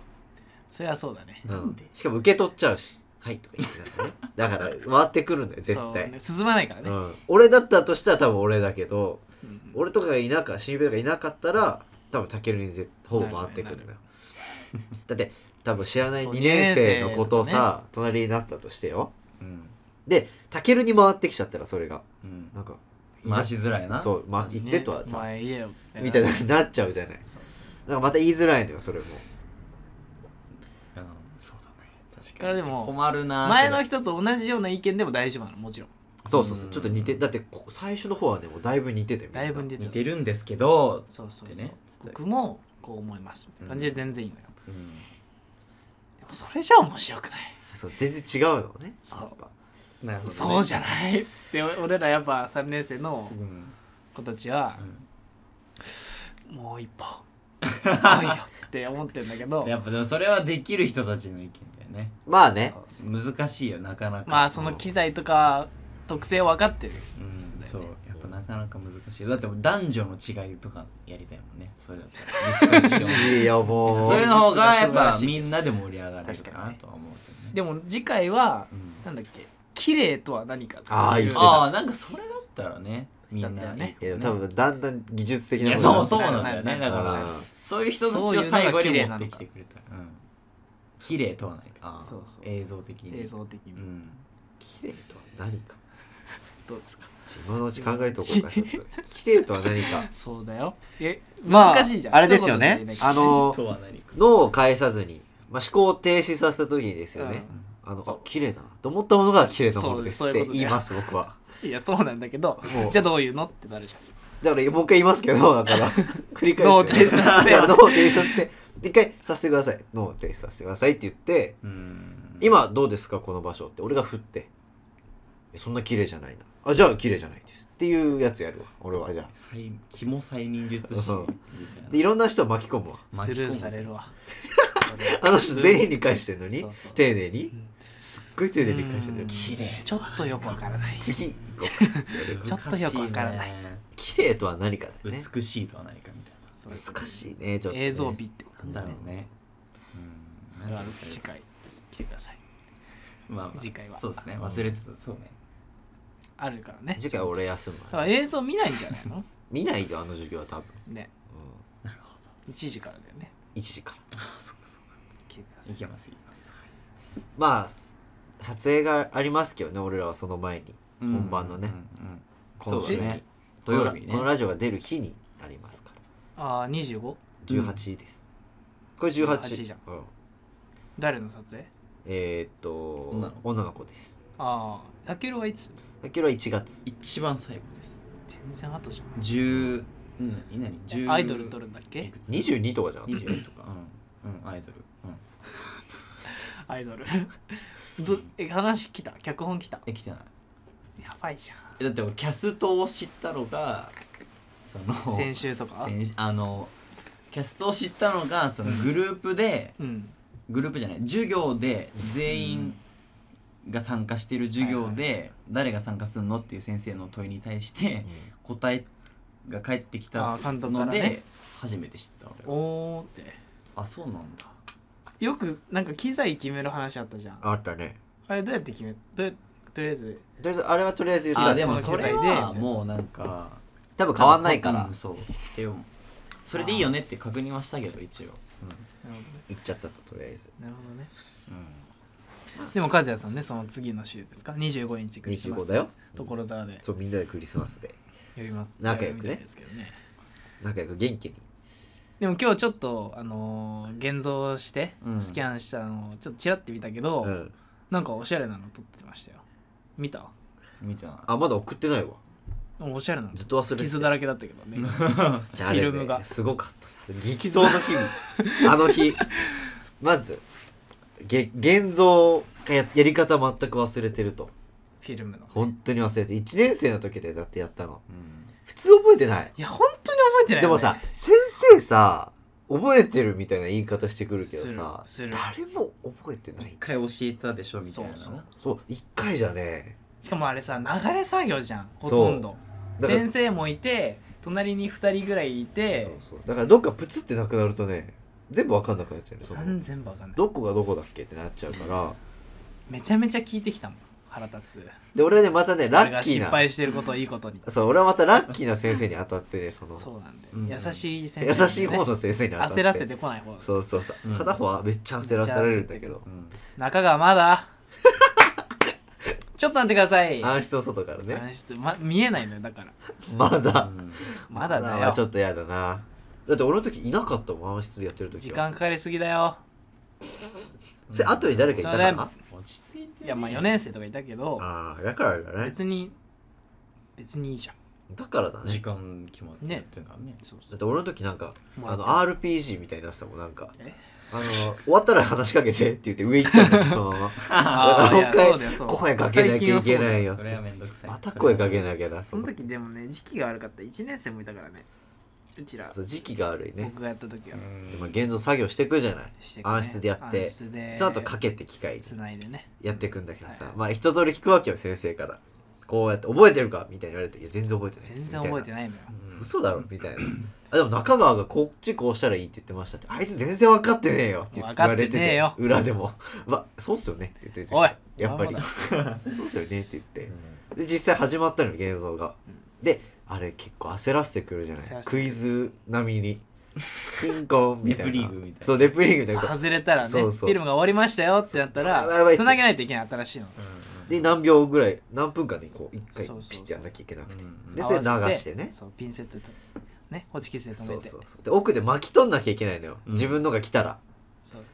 [SPEAKER 2] それはそうだね
[SPEAKER 1] うん
[SPEAKER 3] なんで
[SPEAKER 1] しかも受け取っちゃうし「はい」とか言ってなんかねだから回ってくるんだよ絶
[SPEAKER 2] そう
[SPEAKER 1] 対、
[SPEAKER 2] ね、進まないからね、
[SPEAKER 1] うん、俺だったとしたら多分俺だけど
[SPEAKER 2] うん
[SPEAKER 1] 俺とかがいなか新兵とかいなかったら多分タケルにぜほぼ回ってくるんだよだって多分知らない
[SPEAKER 2] そう
[SPEAKER 1] 2年生の子と
[SPEAKER 2] 二年生
[SPEAKER 1] さ、隣になったとしてよ
[SPEAKER 3] うん
[SPEAKER 1] でタケルに回ってきちゃったらそれが
[SPEAKER 3] うん
[SPEAKER 1] なんか
[SPEAKER 3] 回しづらいな
[SPEAKER 1] そう、まあ、言ってとは
[SPEAKER 2] ねお
[SPEAKER 1] さ、
[SPEAKER 2] 前言えよ
[SPEAKER 1] みたいななっちゃうじゃない
[SPEAKER 2] そうそう
[SPEAKER 1] なんかまた言いづらいのよそれも
[SPEAKER 3] うんそうだね確
[SPEAKER 2] からでも
[SPEAKER 3] 困るな
[SPEAKER 2] 前の人
[SPEAKER 3] 人
[SPEAKER 2] と同じような意見でも大丈夫なのもちろん
[SPEAKER 1] そうそうそう
[SPEAKER 3] うん
[SPEAKER 1] ちょっと似てだってこ最初の方はねもうだいぶ似ててみんな
[SPEAKER 2] だいぶ似てた
[SPEAKER 3] 似てるんですけど
[SPEAKER 2] そうそう
[SPEAKER 3] っ
[SPEAKER 2] そう、
[SPEAKER 3] てね
[SPEAKER 2] 僕もこう思いますみたいな感じで全然いいのよ、
[SPEAKER 3] うん
[SPEAKER 2] でもそれじゃ面白くない
[SPEAKER 1] そう全然違うのね
[SPEAKER 2] そう
[SPEAKER 1] やっぱ
[SPEAKER 3] なるほどね
[SPEAKER 2] そうじゃないって俺らやっぱ3年生の
[SPEAKER 3] うん
[SPEAKER 2] 子たちは
[SPEAKER 3] う、ん
[SPEAKER 2] もう一 歩来いよって思ってんだけど
[SPEAKER 3] やっぱでもそれはできる人たちの意見だよね
[SPEAKER 1] まあね
[SPEAKER 2] そうそう
[SPEAKER 3] 難しいよなかなか
[SPEAKER 2] まあその機材とか特性を分かってる
[SPEAKER 3] うん
[SPEAKER 2] 人だよね
[SPEAKER 3] そうやっぱなかなか難しいだって男女の違いとかやりたいもんねそれだったらディスカッション
[SPEAKER 1] いいよもう
[SPEAKER 3] そういうの方がやっぱみんなで盛り上がれるかなとは思うけどね
[SPEAKER 2] でも次回は
[SPEAKER 3] うん
[SPEAKER 2] なんだっけ綺麗とは何かっていう
[SPEAKER 1] あー言ってた
[SPEAKER 3] ああなんかそれだったらねみんな
[SPEAKER 2] だったらね
[SPEAKER 1] いや多分だんだん技術的
[SPEAKER 3] い
[SPEAKER 1] な
[SPEAKER 3] や
[SPEAKER 1] もの
[SPEAKER 3] そうそう
[SPEAKER 1] になって
[SPEAKER 3] なんだよねだか
[SPEAKER 1] なる
[SPEAKER 3] ら
[SPEAKER 1] ほど
[SPEAKER 3] そういう人たちを最後に持ってきてくれたうん綺麗とはないあー
[SPEAKER 2] そうそうそう
[SPEAKER 3] 映像的に
[SPEAKER 2] 映像的
[SPEAKER 3] う
[SPEAKER 2] に
[SPEAKER 3] ん
[SPEAKER 1] 綺麗とは何か
[SPEAKER 2] どうですか
[SPEAKER 1] 今のうち考えとこうかちょっと綺麗とは何か
[SPEAKER 2] そうだよえ
[SPEAKER 1] まあ
[SPEAKER 2] 難しいじゃん
[SPEAKER 1] あれですよね
[SPEAKER 2] 一言で言えない
[SPEAKER 1] あの
[SPEAKER 3] とは何か
[SPEAKER 1] 脳を返さずに、まあ、思考を停止させた時にですよね、あの
[SPEAKER 2] そう
[SPEAKER 1] あ綺麗だなと思ったものが綺麗なものです
[SPEAKER 2] そう
[SPEAKER 1] っ
[SPEAKER 2] そういう
[SPEAKER 1] て
[SPEAKER 2] こと
[SPEAKER 1] 言います僕はい
[SPEAKER 2] やそうなんだけど
[SPEAKER 1] もう
[SPEAKER 2] じゃあどういうのってなるじゃ
[SPEAKER 1] だからもう一回言いますけどだか ら繰り返して
[SPEAKER 2] 脳を停止させて
[SPEAKER 1] いや脳を停止させて一回させてください脳を停止させてくださいって言って
[SPEAKER 3] うん
[SPEAKER 1] 今どうですかこの場所って俺が振ってえそんな綺麗じゃないなあじゃあ綺麗じゃないですっていうやつやるわ俺はじゃあ
[SPEAKER 3] 催肝催眠術師
[SPEAKER 1] うんでいろんな人を巻き込むわ
[SPEAKER 2] んスルーされるわ
[SPEAKER 1] あの人全員に返してんのに
[SPEAKER 2] そうそう
[SPEAKER 1] 丁寧に
[SPEAKER 2] うん
[SPEAKER 1] すっごい丁寧に返してんの
[SPEAKER 2] うん
[SPEAKER 1] に
[SPEAKER 3] 綺麗
[SPEAKER 2] ちょっとよくわからない
[SPEAKER 1] 次行こうか
[SPEAKER 2] ちょっとよくわからない
[SPEAKER 1] 綺麗とは何かだよね
[SPEAKER 3] 美しいとは何かみたい
[SPEAKER 2] そうそう
[SPEAKER 1] 難しいねちょっとね
[SPEAKER 2] 映像美ってこと
[SPEAKER 3] ななんだろうねうんなんだろう
[SPEAKER 2] 次回来てください
[SPEAKER 3] まあまあ
[SPEAKER 2] 次回は
[SPEAKER 3] そうですね忘れてたそうね
[SPEAKER 2] あるからね
[SPEAKER 1] 次回俺休む
[SPEAKER 2] だか
[SPEAKER 1] わ
[SPEAKER 2] ら映像見ないんじゃないの
[SPEAKER 1] 見ないよあの授業は多分
[SPEAKER 2] ね
[SPEAKER 1] う
[SPEAKER 3] なるほど
[SPEAKER 2] 1時からだよね
[SPEAKER 1] ん1時から
[SPEAKER 2] 来てください
[SPEAKER 3] いけますいけますはい
[SPEAKER 1] まあ撮影がありますけどね俺らはその前に本番のね
[SPEAKER 3] うんうん
[SPEAKER 1] 今週
[SPEAKER 3] そうだ
[SPEAKER 1] に
[SPEAKER 3] ね
[SPEAKER 1] 土曜
[SPEAKER 3] 土曜
[SPEAKER 1] 日
[SPEAKER 3] 日
[SPEAKER 1] に
[SPEAKER 3] ね
[SPEAKER 1] このラジオが出る日になりますから
[SPEAKER 2] ああ 25?
[SPEAKER 1] 18ですこれ18
[SPEAKER 2] 18じゃん
[SPEAKER 1] うん
[SPEAKER 2] 誰の撮影
[SPEAKER 1] えー、っと
[SPEAKER 3] 女の
[SPEAKER 1] 女の子です
[SPEAKER 2] ああタケルはいつ
[SPEAKER 1] タケルは1月
[SPEAKER 3] 一番最後です
[SPEAKER 2] 全然後じゃん
[SPEAKER 3] 10何何
[SPEAKER 2] え
[SPEAKER 3] 10
[SPEAKER 2] アイドル撮るんだっけ
[SPEAKER 3] いくつ
[SPEAKER 1] 22とかじゃなかったっけ
[SPEAKER 3] 20とかうん、うん、アイドル、うん、
[SPEAKER 2] アイ ドルどえ話来た脚本来た
[SPEAKER 3] え来てない
[SPEAKER 2] やばいじゃ
[SPEAKER 3] えだって俺キャストを知ったのがその
[SPEAKER 2] ん先週とか
[SPEAKER 3] 先あのキャストを知ったのがそのグループで、
[SPEAKER 2] うん
[SPEAKER 3] グループじゃない授業で全員が参加している授業で誰が参加するのっていう先生の問いに対して答えが返ってき
[SPEAKER 2] あ
[SPEAKER 3] た
[SPEAKER 2] ー監督か
[SPEAKER 3] の
[SPEAKER 2] ら
[SPEAKER 3] で
[SPEAKER 2] ね
[SPEAKER 3] 初めて知った俺
[SPEAKER 2] おーって
[SPEAKER 3] あそうなんだ
[SPEAKER 2] よくなんか機材決める話あったじゃん
[SPEAKER 1] あったね
[SPEAKER 2] あれどうやって決めどうやとりあえず
[SPEAKER 1] とりあえずあれはとりあえず言っ
[SPEAKER 3] あ
[SPEAKER 1] た
[SPEAKER 3] でも
[SPEAKER 2] この機
[SPEAKER 3] そ
[SPEAKER 2] 材で
[SPEAKER 3] れはもうなんか
[SPEAKER 1] 多分変わんないから
[SPEAKER 3] うんそうでもそれでいいよねって確認はしたけど一応
[SPEAKER 2] なるほどね
[SPEAKER 1] 行っちゃったととりあえず
[SPEAKER 2] なるほどね
[SPEAKER 3] うん、うん
[SPEAKER 2] でも和也さんねその次の週ですか25日クリスマス
[SPEAKER 1] 25だよ
[SPEAKER 2] 所沢で
[SPEAKER 1] そうみんなでクリスマスで
[SPEAKER 2] 呼びます
[SPEAKER 1] 仲良くね
[SPEAKER 2] 呼びたいですけどね
[SPEAKER 1] 仲良く元気に
[SPEAKER 2] でも今日ちょっとあのー現像して
[SPEAKER 3] うん
[SPEAKER 2] スキャンしたのをちょっとちらって見たけど、
[SPEAKER 1] うん
[SPEAKER 2] なんかおしゃれなの撮ってましたよ見た
[SPEAKER 3] みたい
[SPEAKER 1] あまだ送ってないわ
[SPEAKER 2] おしゃれなの
[SPEAKER 1] ずっと忘れて
[SPEAKER 2] 傷だらけだった けどね
[SPEAKER 3] な
[SPEAKER 1] じゃああれ、ね、
[SPEAKER 2] フィルムが
[SPEAKER 1] すごかった激増の日々あの日 まずげ現像がややり方全く忘れてると
[SPEAKER 2] フィルムの
[SPEAKER 1] 本当に忘れて1年生の時でだってやったの
[SPEAKER 3] うん
[SPEAKER 1] 普通覚えてない
[SPEAKER 2] いや本当に覚えてないよね
[SPEAKER 1] でもさ先生さ覚えてるみたいな言い方してくるけどさ
[SPEAKER 2] するする
[SPEAKER 1] 誰も覚えてな
[SPEAKER 3] 一
[SPEAKER 1] い
[SPEAKER 3] 回教えたでしょみたいな
[SPEAKER 2] そうそう
[SPEAKER 1] そう一回じゃね
[SPEAKER 2] しかもあれさ流れ作業じゃん
[SPEAKER 1] そ
[SPEAKER 2] ほ
[SPEAKER 1] う
[SPEAKER 2] とんど
[SPEAKER 1] だから
[SPEAKER 2] 先生もいて隣に2人ぐらいいて
[SPEAKER 1] そうそうだからどっかプツってなくなるとね全部わかんなくなっちゃうねその
[SPEAKER 2] 全然わかんない
[SPEAKER 1] どこがどこだっけってなっちゃうから
[SPEAKER 2] めちゃめちゃ聞いてきたもん腹立つ
[SPEAKER 1] で俺はねまたね
[SPEAKER 2] 俺
[SPEAKER 1] ラ
[SPEAKER 2] が
[SPEAKER 1] ッキー
[SPEAKER 2] 失
[SPEAKER 1] な
[SPEAKER 2] 敗してることをいいことに
[SPEAKER 1] そう俺はまたラッキーな先生に当たってね その
[SPEAKER 2] そうなんだよ、
[SPEAKER 3] うん
[SPEAKER 2] 優しい先生、
[SPEAKER 1] 優しい方の先生に当たって
[SPEAKER 2] 焦らせてこない方
[SPEAKER 1] そうそうそう、
[SPEAKER 3] うん
[SPEAKER 1] 片方はめっちゃ焦らされるんだけど
[SPEAKER 3] うん
[SPEAKER 2] 中川 まだちょっと待ってください
[SPEAKER 1] 暗室の外からね
[SPEAKER 2] 暗室ま、見えないのよだから
[SPEAKER 1] まだ
[SPEAKER 3] うん
[SPEAKER 2] まだだ
[SPEAKER 1] はちょ
[SPEAKER 2] よ
[SPEAKER 1] っとやだなだって俺の時いなかったもん暗室でやってる時は
[SPEAKER 2] 時間かかりすぎだよ
[SPEAKER 1] それ後に誰かいたか
[SPEAKER 2] それ
[SPEAKER 1] な
[SPEAKER 3] 落ち着いて
[SPEAKER 2] いやまあ4年生とかいたけど
[SPEAKER 1] ああだからだね
[SPEAKER 2] 別に別にいいじゃん
[SPEAKER 1] だからだ
[SPEAKER 3] 時
[SPEAKER 1] ね
[SPEAKER 3] 間決まってやってんだね
[SPEAKER 2] そうそ
[SPEAKER 1] だ
[SPEAKER 2] う
[SPEAKER 1] って俺の時なんか
[SPEAKER 2] もら
[SPEAKER 1] あ
[SPEAKER 2] った
[SPEAKER 1] の RPG みたいになってたもんなんか
[SPEAKER 2] え
[SPEAKER 1] あの終わったら話しかけてって言って上行っちゃうんだよそのま ま
[SPEAKER 2] あー
[SPEAKER 1] だ
[SPEAKER 2] いや
[SPEAKER 1] から
[SPEAKER 2] そ
[SPEAKER 1] も
[SPEAKER 2] う
[SPEAKER 1] う
[SPEAKER 2] だよ
[SPEAKER 1] 一
[SPEAKER 2] そう
[SPEAKER 1] 回声かけなきゃいけないよ
[SPEAKER 3] それはめんどくさい
[SPEAKER 1] また声かけなきゃだ
[SPEAKER 2] その時でもね時期が悪かった1年生もいたからねうちら
[SPEAKER 1] そう時期が悪いね
[SPEAKER 2] 僕がやった時は、
[SPEAKER 1] でまあ現像作業していくじゃない
[SPEAKER 2] してくね
[SPEAKER 1] 暗室でやって
[SPEAKER 2] 暗室で
[SPEAKER 1] その後かけて機械に
[SPEAKER 2] つないでね
[SPEAKER 1] やっていくんだけどさ、
[SPEAKER 2] はい
[SPEAKER 1] まあ一通り聞くわけよ先生からこうやって覚えてるかみたいに言われて「いや全然覚えてないで
[SPEAKER 2] 全
[SPEAKER 1] す」
[SPEAKER 2] 然覚えて
[SPEAKER 1] み
[SPEAKER 2] ないのよ
[SPEAKER 1] たいな嘘だろみたいなあでも中川がこっちこうしたらいいって言ってましたってあいつ全然分かってねえよって言って言われてて
[SPEAKER 2] 分かってねえよ
[SPEAKER 1] 裏でも「まあそうっすよね」って言ってて
[SPEAKER 2] おい
[SPEAKER 1] やっぱり
[SPEAKER 2] ま
[SPEAKER 1] 「 そうっすよね」って言ってで実際始まったのよ現像がであれ結構焦らせてくるじゃな
[SPEAKER 2] 焦ら
[SPEAKER 1] い
[SPEAKER 2] せて
[SPEAKER 1] クイズ並み にピンコンみたいな
[SPEAKER 3] レプリーグみたいな
[SPEAKER 1] そうレプリーグみたい
[SPEAKER 2] さ
[SPEAKER 1] な
[SPEAKER 2] あ外れたらね
[SPEAKER 1] そうそう
[SPEAKER 2] フィルムが終わりましたよってなった
[SPEAKER 1] そうやばい
[SPEAKER 2] ら
[SPEAKER 1] って
[SPEAKER 2] つなげないといけない新しいの
[SPEAKER 1] で何秒ぐらい何分間でこう一回
[SPEAKER 2] そうそうそう
[SPEAKER 1] ピッてやんなきゃいけなくて
[SPEAKER 3] うん
[SPEAKER 1] で
[SPEAKER 2] 合
[SPEAKER 1] それ流
[SPEAKER 2] わせ
[SPEAKER 1] してね
[SPEAKER 2] そうピンセットとねホチキスで
[SPEAKER 1] そ
[SPEAKER 2] 留め
[SPEAKER 1] う
[SPEAKER 2] て
[SPEAKER 1] そ
[SPEAKER 2] そうう
[SPEAKER 1] そうで奥で巻き取んなきゃいけないのよ、
[SPEAKER 3] うん
[SPEAKER 1] 自分のが来たら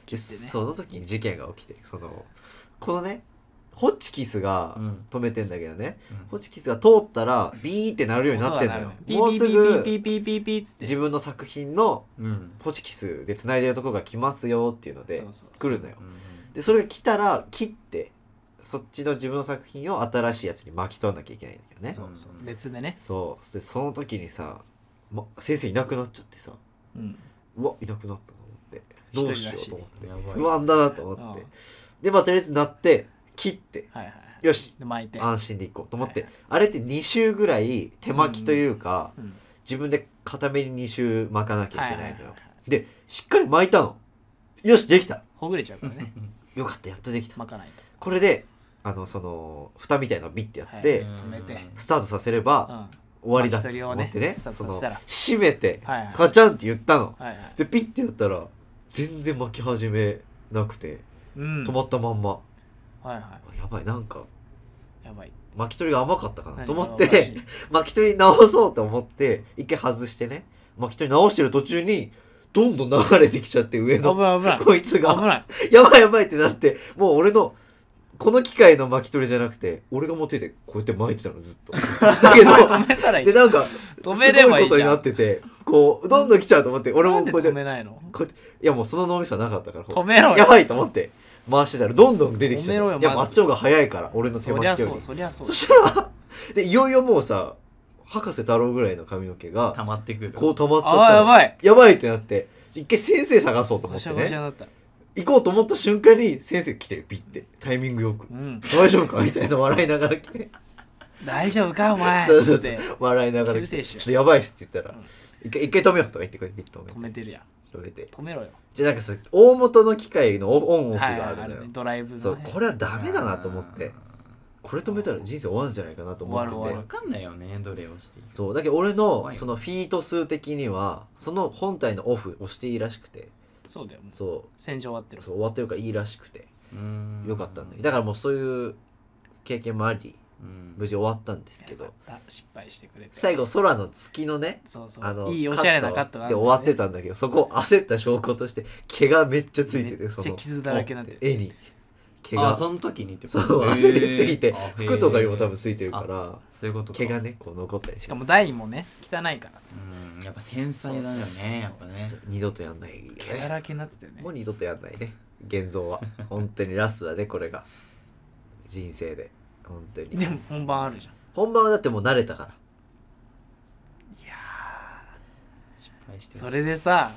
[SPEAKER 2] 切
[SPEAKER 1] で
[SPEAKER 2] ってね
[SPEAKER 1] その時に事件が起きてそのこのねホチキスが
[SPEAKER 3] うん
[SPEAKER 1] 止めてんだけどね、
[SPEAKER 3] うん
[SPEAKER 1] ホチキスが通ったらビーってなるようになってんのよ、もうす
[SPEAKER 2] ピー
[SPEAKER 1] ぐ
[SPEAKER 2] ピーピーピーピーピーっつって
[SPEAKER 1] 自分の作品の
[SPEAKER 3] うん
[SPEAKER 1] ホチキスで繋いでるとこが来ますよっていうので
[SPEAKER 2] そうそうそう
[SPEAKER 1] 来るのよでそれが来たら切ってそっちの自分の作品を新しいやつに巻き取んなきゃいけないんだけどね
[SPEAKER 2] そうそう別でね
[SPEAKER 1] そうでその時にさ、ま、先生いなくなっちゃってさ
[SPEAKER 2] うん
[SPEAKER 1] うわいなくなったと思って
[SPEAKER 2] 一人
[SPEAKER 1] どう
[SPEAKER 2] らし
[SPEAKER 1] し
[SPEAKER 2] い
[SPEAKER 1] ようと思って
[SPEAKER 3] やばい
[SPEAKER 1] 不安だなと思って
[SPEAKER 2] うん
[SPEAKER 1] でまあとりあえずなって切って
[SPEAKER 2] はいはい
[SPEAKER 1] よし
[SPEAKER 2] で巻いて
[SPEAKER 1] 安心でいこうと思って、
[SPEAKER 2] はい
[SPEAKER 1] あれって2周ぐらい手巻きというか、
[SPEAKER 2] うん
[SPEAKER 1] 自分で固めに2周巻かなきゃいけないのよ、
[SPEAKER 2] はいはいはいは
[SPEAKER 1] でしっかり巻いたのよしできた
[SPEAKER 2] ほぐれちゃうからね
[SPEAKER 1] よかったやっとできた
[SPEAKER 2] 巻かないと
[SPEAKER 1] これであのその蓋みたいなのビッてやって、
[SPEAKER 2] はい止めて
[SPEAKER 1] スタートさせれば、
[SPEAKER 2] うんは
[SPEAKER 1] 終わりだ
[SPEAKER 2] 巻き取り
[SPEAKER 1] と
[SPEAKER 2] を
[SPEAKER 1] 思
[SPEAKER 2] ね
[SPEAKER 1] ってね
[SPEAKER 2] さ
[SPEAKER 1] そ
[SPEAKER 2] さ
[SPEAKER 1] の
[SPEAKER 2] せたら
[SPEAKER 1] 閉めて
[SPEAKER 2] はいはい
[SPEAKER 1] カチャンって言ったの
[SPEAKER 2] いはい
[SPEAKER 1] でピッてやったら全然巻き始めなくて
[SPEAKER 2] うん
[SPEAKER 1] 止まったまんま
[SPEAKER 2] はいは
[SPEAKER 1] やばいなんか
[SPEAKER 2] いやばい
[SPEAKER 1] 巻き取りが甘かったかなと思っ
[SPEAKER 2] 何かおかしてい
[SPEAKER 1] 巻き取り直そうと思って一回外してね巻き取り直してる途中にどんどん流れてきちゃって上
[SPEAKER 2] 危
[SPEAKER 1] の
[SPEAKER 2] ない危ない
[SPEAKER 1] こいつ
[SPEAKER 2] 危
[SPEAKER 1] が
[SPEAKER 2] ない
[SPEAKER 1] やばいやばいってなってもう俺のこの機械の巻き取りじゃなくて俺がもう手でこうやって巻いてたのずっ とだけ
[SPEAKER 2] 止
[SPEAKER 1] ど
[SPEAKER 2] めたらいい
[SPEAKER 1] でなんか
[SPEAKER 2] 止めれば
[SPEAKER 1] すごい
[SPEAKER 2] いいじゃん
[SPEAKER 1] ことになっててこうどんどん来ちゃうと思って俺
[SPEAKER 2] な
[SPEAKER 1] も
[SPEAKER 2] んで
[SPEAKER 1] こうやっ
[SPEAKER 2] 止
[SPEAKER 1] て
[SPEAKER 2] めないの
[SPEAKER 1] こうやっていやもうその脳みそはなかったからこう
[SPEAKER 2] 止めろよ
[SPEAKER 1] やばいと思って回してたらどんどん出てきちゃ
[SPEAKER 2] 止めろ
[SPEAKER 1] う
[SPEAKER 2] よ
[SPEAKER 1] いや
[SPEAKER 2] まず
[SPEAKER 1] マッチョが早いから俺の手
[SPEAKER 2] そりゃ
[SPEAKER 1] 巻きよ
[SPEAKER 2] そ
[SPEAKER 1] り
[SPEAKER 2] うそりゃそう
[SPEAKER 1] そしたらでいよいよもうさ博士太郎ぐらいの髪の毛
[SPEAKER 3] 溜
[SPEAKER 1] が
[SPEAKER 3] まってくる
[SPEAKER 1] こう溜まっちゃった
[SPEAKER 2] ああやばい
[SPEAKER 1] いやばいってなって一回先生探そうと思
[SPEAKER 2] ご
[SPEAKER 1] っ
[SPEAKER 2] してゃごしゃに
[SPEAKER 1] ね
[SPEAKER 2] なった
[SPEAKER 1] 行こうと思った瞬間に先生来てピッてタイミングよく
[SPEAKER 2] うん
[SPEAKER 1] 大丈夫かみたいな笑いながら来て
[SPEAKER 2] 大丈夫かお前
[SPEAKER 1] そうそう
[SPEAKER 2] っ
[SPEAKER 1] そう
[SPEAKER 2] て
[SPEAKER 1] 笑いながら来て
[SPEAKER 2] 救世主
[SPEAKER 1] ちょっとやばいっすって言ったら
[SPEAKER 2] うん
[SPEAKER 1] 一回一回止めようとか言ってこうやってピッと
[SPEAKER 2] 止
[SPEAKER 1] 止め
[SPEAKER 2] め
[SPEAKER 1] て
[SPEAKER 2] てるやん
[SPEAKER 1] 止めて
[SPEAKER 2] 止めろよ
[SPEAKER 1] じゃあなんかさ大元の機械のオンオンオフ
[SPEAKER 2] はいはい
[SPEAKER 1] がある
[SPEAKER 2] あ
[SPEAKER 1] のよ
[SPEAKER 2] るねドライブ
[SPEAKER 1] そ
[SPEAKER 2] の
[SPEAKER 1] う
[SPEAKER 2] ね
[SPEAKER 1] これはダメだなと思ってこれ止めたら人生終わるんじゃないかなと思ってて
[SPEAKER 2] 終わる終わ
[SPEAKER 3] 分かんないよねどれをしていいか
[SPEAKER 1] そうだけど俺
[SPEAKER 3] 怖
[SPEAKER 1] の
[SPEAKER 3] いよ
[SPEAKER 1] そのフィート数的にはその本体のオフをしていいらしくて
[SPEAKER 2] そうだよもう
[SPEAKER 1] そ
[SPEAKER 2] 戦場終わって
[SPEAKER 1] う
[SPEAKER 2] る
[SPEAKER 1] そう終わってるからいいらしくて
[SPEAKER 3] うーん
[SPEAKER 1] よかったんだけどだからもうそういう経験もあり
[SPEAKER 3] うん
[SPEAKER 1] 無事終わったんですけ
[SPEAKER 2] よ
[SPEAKER 1] ど
[SPEAKER 2] かった失敗してくれて
[SPEAKER 1] 最後空の月のね
[SPEAKER 2] そうそ
[SPEAKER 1] あの
[SPEAKER 2] ういいおしゃれなカットがあ
[SPEAKER 1] で
[SPEAKER 2] るんだよね
[SPEAKER 1] 終わってたんだけどそこ焦った証拠として毛がめっちゃついて
[SPEAKER 2] め
[SPEAKER 1] て
[SPEAKER 2] っちゃ
[SPEAKER 1] その
[SPEAKER 2] 傷だらけになってる
[SPEAKER 1] 絵に毛
[SPEAKER 3] あ
[SPEAKER 1] が
[SPEAKER 3] その時にってこ
[SPEAKER 1] そ
[SPEAKER 3] と
[SPEAKER 1] う
[SPEAKER 3] へー
[SPEAKER 1] 焦りすぎて
[SPEAKER 3] あへー
[SPEAKER 1] 服とかにも多分ついてるから
[SPEAKER 3] そういうことか
[SPEAKER 1] 毛がねこう残ったりし
[SPEAKER 2] してかも台もね汚いからさ
[SPEAKER 3] うんやっぱ繊細だよねやっぱね
[SPEAKER 1] ちょっと二度とやんないよ
[SPEAKER 2] 毛だ
[SPEAKER 1] ね
[SPEAKER 2] らけになってたよね
[SPEAKER 1] もう二度とやんないね現像は本当にラストだねこれが人生で本当
[SPEAKER 2] で
[SPEAKER 1] に
[SPEAKER 2] も本番あるじゃん
[SPEAKER 1] 本番はだってもう慣れたから
[SPEAKER 2] いや
[SPEAKER 3] 失敗して
[SPEAKER 2] ー
[SPEAKER 3] ほし
[SPEAKER 2] そ
[SPEAKER 3] い
[SPEAKER 2] れでさ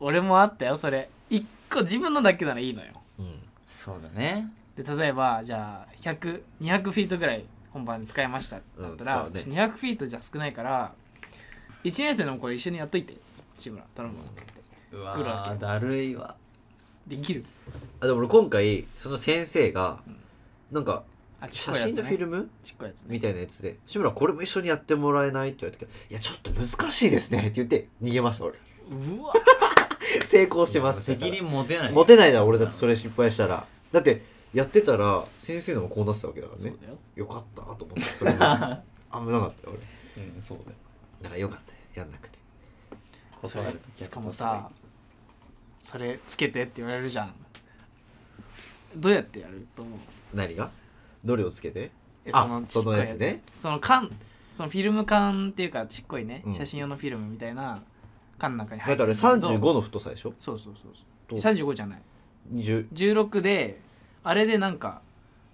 [SPEAKER 2] 俺もあったよそれ一個自分のだけならいいのよ
[SPEAKER 1] うん
[SPEAKER 3] そうだね
[SPEAKER 2] で例えばじゃあ100200フィートぐらい本番で使いました
[SPEAKER 1] うん
[SPEAKER 2] だったら、
[SPEAKER 1] 使うね
[SPEAKER 2] ちょっと200フィートじゃ少ないから1年生の子一緒にやっといて志村頼むわって
[SPEAKER 3] う
[SPEAKER 2] 来るわ
[SPEAKER 3] わ
[SPEAKER 2] け
[SPEAKER 3] ーだるいわ
[SPEAKER 2] できる
[SPEAKER 1] あでも俺今回その先生が
[SPEAKER 2] うん
[SPEAKER 1] なんか
[SPEAKER 2] あちっ
[SPEAKER 1] 写
[SPEAKER 2] こいやつ、ね、
[SPEAKER 1] 真のフィルム
[SPEAKER 2] ちっこいやつね
[SPEAKER 1] みたいなやつで「志村これも一緒にやってもらえない?」って言われて「いやちょっと難しいですね」って言って逃げました 俺
[SPEAKER 2] うわ
[SPEAKER 1] 成功してます
[SPEAKER 3] 責任持てない
[SPEAKER 1] 持てないだろ俺だってそれ失敗したらだってやってたら先生のもこうなってたわけだから
[SPEAKER 2] そ
[SPEAKER 1] ね
[SPEAKER 2] うだよ
[SPEAKER 1] よかったと思ってそれ が危なかったよ俺
[SPEAKER 3] うんそうだよ
[SPEAKER 1] だからよかったよやんなくて
[SPEAKER 2] そ
[SPEAKER 3] 断
[SPEAKER 2] れ
[SPEAKER 3] る時は
[SPEAKER 2] しかもさそれつけてって言われるじゃんどうやってやると思う
[SPEAKER 1] 何がどれをつけて
[SPEAKER 2] え
[SPEAKER 1] あ
[SPEAKER 2] ちっこい
[SPEAKER 1] そのやつね
[SPEAKER 2] その缶そのフィルム缶っていうかちっこいね、
[SPEAKER 1] うん
[SPEAKER 2] 写真用のフィルムみたいな缶の中に入
[SPEAKER 1] だ
[SPEAKER 2] って
[SPEAKER 1] から
[SPEAKER 2] る
[SPEAKER 1] 35の太さでしょ
[SPEAKER 2] そうそうそうそう
[SPEAKER 1] と
[SPEAKER 2] 35じゃない
[SPEAKER 1] 20
[SPEAKER 2] 16であれでなんか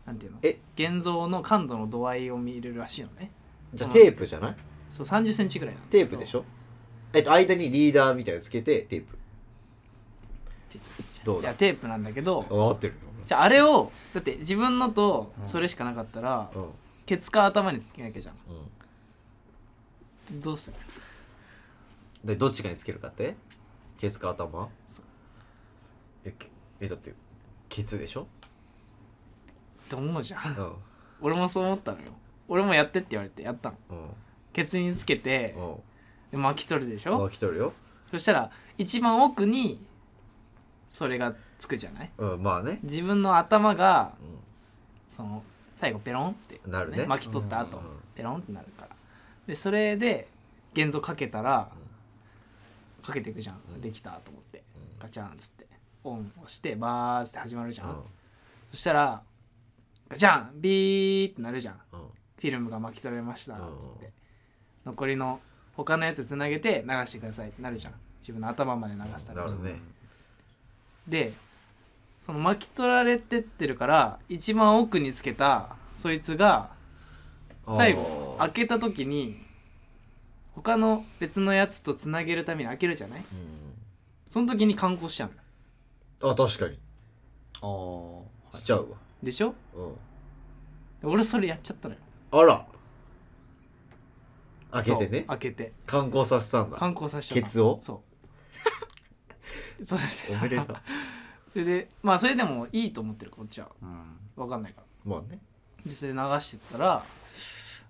[SPEAKER 2] なんていうの
[SPEAKER 1] え
[SPEAKER 2] 現像の感度の度合いを見れるらしいのね
[SPEAKER 1] じゃあテープじゃない
[SPEAKER 2] そう3 0ンチぐらいなの
[SPEAKER 1] テープでしょえっと間にリーダーみたいなのつけてテープ
[SPEAKER 2] ちょちょちょちょ
[SPEAKER 1] どうだ
[SPEAKER 2] いやテープなんだけど
[SPEAKER 1] あ合ってる
[SPEAKER 2] じゃああれをだって自分のと
[SPEAKER 3] うん
[SPEAKER 2] それしかなかったら、
[SPEAKER 1] うん
[SPEAKER 2] ケツか頭につけなきゃじゃん
[SPEAKER 1] うん
[SPEAKER 2] どうする
[SPEAKER 1] でどっちかにつけるかってケツか頭
[SPEAKER 2] そう
[SPEAKER 1] えけえだってケツでしょ
[SPEAKER 2] って思うじゃん
[SPEAKER 1] うん
[SPEAKER 2] 俺もそう思ったのよ俺もやってって言われてやったの
[SPEAKER 1] うん
[SPEAKER 2] ケツにつけて
[SPEAKER 1] うん
[SPEAKER 2] で巻き取るでしょ
[SPEAKER 1] 巻き取るよ
[SPEAKER 2] そしたら一番奥にそれがつくじゃない
[SPEAKER 1] うんまあね
[SPEAKER 2] 自分の頭が
[SPEAKER 1] う
[SPEAKER 2] その最後ペロンって
[SPEAKER 1] なるね
[SPEAKER 2] 巻き取った後
[SPEAKER 1] うん
[SPEAKER 2] ペロンってなるからでそれで現像かけたらかけていくじゃん、
[SPEAKER 1] うん
[SPEAKER 2] できたと思って
[SPEAKER 1] うん
[SPEAKER 2] ガチャンっつってオン押してバーッつって始まるじゃん、
[SPEAKER 1] ん
[SPEAKER 2] そしたらガチャンビーってなるじゃん
[SPEAKER 1] うんうん
[SPEAKER 2] フィルムが巻き取れましたっつっ
[SPEAKER 1] う
[SPEAKER 2] て残りの他のやつつなげて流してくださいってなるじゃん自分の頭まで流すため
[SPEAKER 1] な
[SPEAKER 2] に
[SPEAKER 1] るね
[SPEAKER 2] でその巻き取られてってるから一番奥につけたそいつが最後
[SPEAKER 1] あー
[SPEAKER 2] 開けた時に他の別のやつとつなげるために開けるじゃない
[SPEAKER 1] うん
[SPEAKER 2] その時に観光しちゃうの
[SPEAKER 1] あ確かに
[SPEAKER 3] あー
[SPEAKER 1] しちゃうわ
[SPEAKER 2] でしょ
[SPEAKER 1] うん
[SPEAKER 2] 俺それやっちゃったのよ
[SPEAKER 1] あら開けて
[SPEAKER 2] そう
[SPEAKER 1] ね
[SPEAKER 2] 開けて
[SPEAKER 1] 観光させたんだ
[SPEAKER 2] 観光させちゃっ
[SPEAKER 1] ケ
[SPEAKER 2] た
[SPEAKER 1] ツを
[SPEAKER 2] そうそれ
[SPEAKER 1] おめ
[SPEAKER 2] で
[SPEAKER 1] で た
[SPEAKER 2] それでまあそれでもいいと思ってるこっちは
[SPEAKER 3] うん
[SPEAKER 2] 分かんないから
[SPEAKER 1] まあね
[SPEAKER 2] でそれ流してったら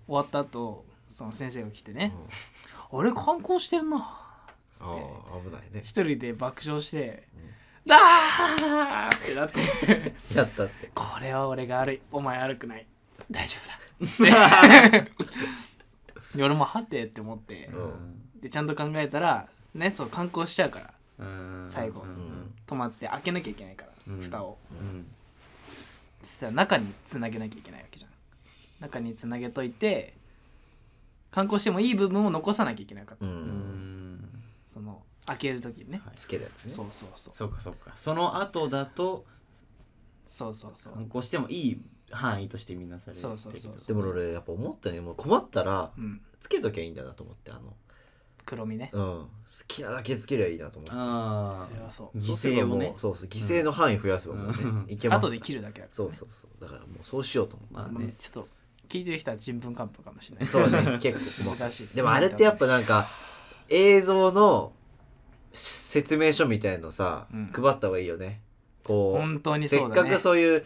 [SPEAKER 2] 終わった後その先生が来てね
[SPEAKER 1] うん
[SPEAKER 2] 「あれ観光してるな」つ
[SPEAKER 1] あ
[SPEAKER 2] って
[SPEAKER 1] ー危ないね
[SPEAKER 2] 一人で爆笑して「だー!」ってなって
[SPEAKER 1] やったって
[SPEAKER 2] 「これは俺が悪いお前悪くない大丈夫だ」でで俺もはてって思って
[SPEAKER 1] うん
[SPEAKER 3] うん
[SPEAKER 2] でちゃんと考えたらねそう観光しちゃうから
[SPEAKER 3] うん
[SPEAKER 2] 最後
[SPEAKER 3] うん
[SPEAKER 2] 止まって開けなきゃいけないから、
[SPEAKER 3] うん
[SPEAKER 2] 蓋を
[SPEAKER 3] うん
[SPEAKER 2] 実は中につなげなきゃいけないわけじゃん中につなげといて観光してもいい部分を残さなきゃいけないから、
[SPEAKER 1] う
[SPEAKER 3] うんん
[SPEAKER 2] その開ける時にね、
[SPEAKER 3] はい
[SPEAKER 1] つけるやつね
[SPEAKER 2] そうそうそう
[SPEAKER 3] そうかそうかその後だと
[SPEAKER 2] そうそうそう
[SPEAKER 3] 観光してもいい範囲としてみなされて
[SPEAKER 2] そうそうそう
[SPEAKER 1] でも俺やっぱ思ったねもう困ったら
[SPEAKER 2] うん
[SPEAKER 1] つけときゃいいんだなと思ってあの
[SPEAKER 2] 黒身ね
[SPEAKER 1] うん好きなだけつけりゃいいなと思って
[SPEAKER 3] あ
[SPEAKER 2] それはそう
[SPEAKER 3] あ
[SPEAKER 1] そ
[SPEAKER 3] 犠
[SPEAKER 1] うすれ
[SPEAKER 3] 牲
[SPEAKER 1] ばも
[SPEAKER 3] を
[SPEAKER 1] う
[SPEAKER 3] ね
[SPEAKER 1] そうそう犠牲の範囲増やせばもうね、
[SPEAKER 3] うん
[SPEAKER 1] いけます
[SPEAKER 2] 後で切るだけだか
[SPEAKER 1] そうそうそうだからもうそうしようと思 って、
[SPEAKER 3] まあ
[SPEAKER 2] ら、
[SPEAKER 3] ね
[SPEAKER 2] ちょっと聞いてる人はちんぷんかんぷんかもしれない
[SPEAKER 1] そうね結構細か
[SPEAKER 2] 難しい
[SPEAKER 1] でもあれってやっぱなんか映像の説明書みたいのさ、
[SPEAKER 2] うん
[SPEAKER 1] 配った方がいいよねこう
[SPEAKER 2] 本当に
[SPEAKER 1] せ
[SPEAKER 2] そ
[SPEAKER 1] っ
[SPEAKER 2] うだ
[SPEAKER 1] か
[SPEAKER 2] ね
[SPEAKER 1] くそういう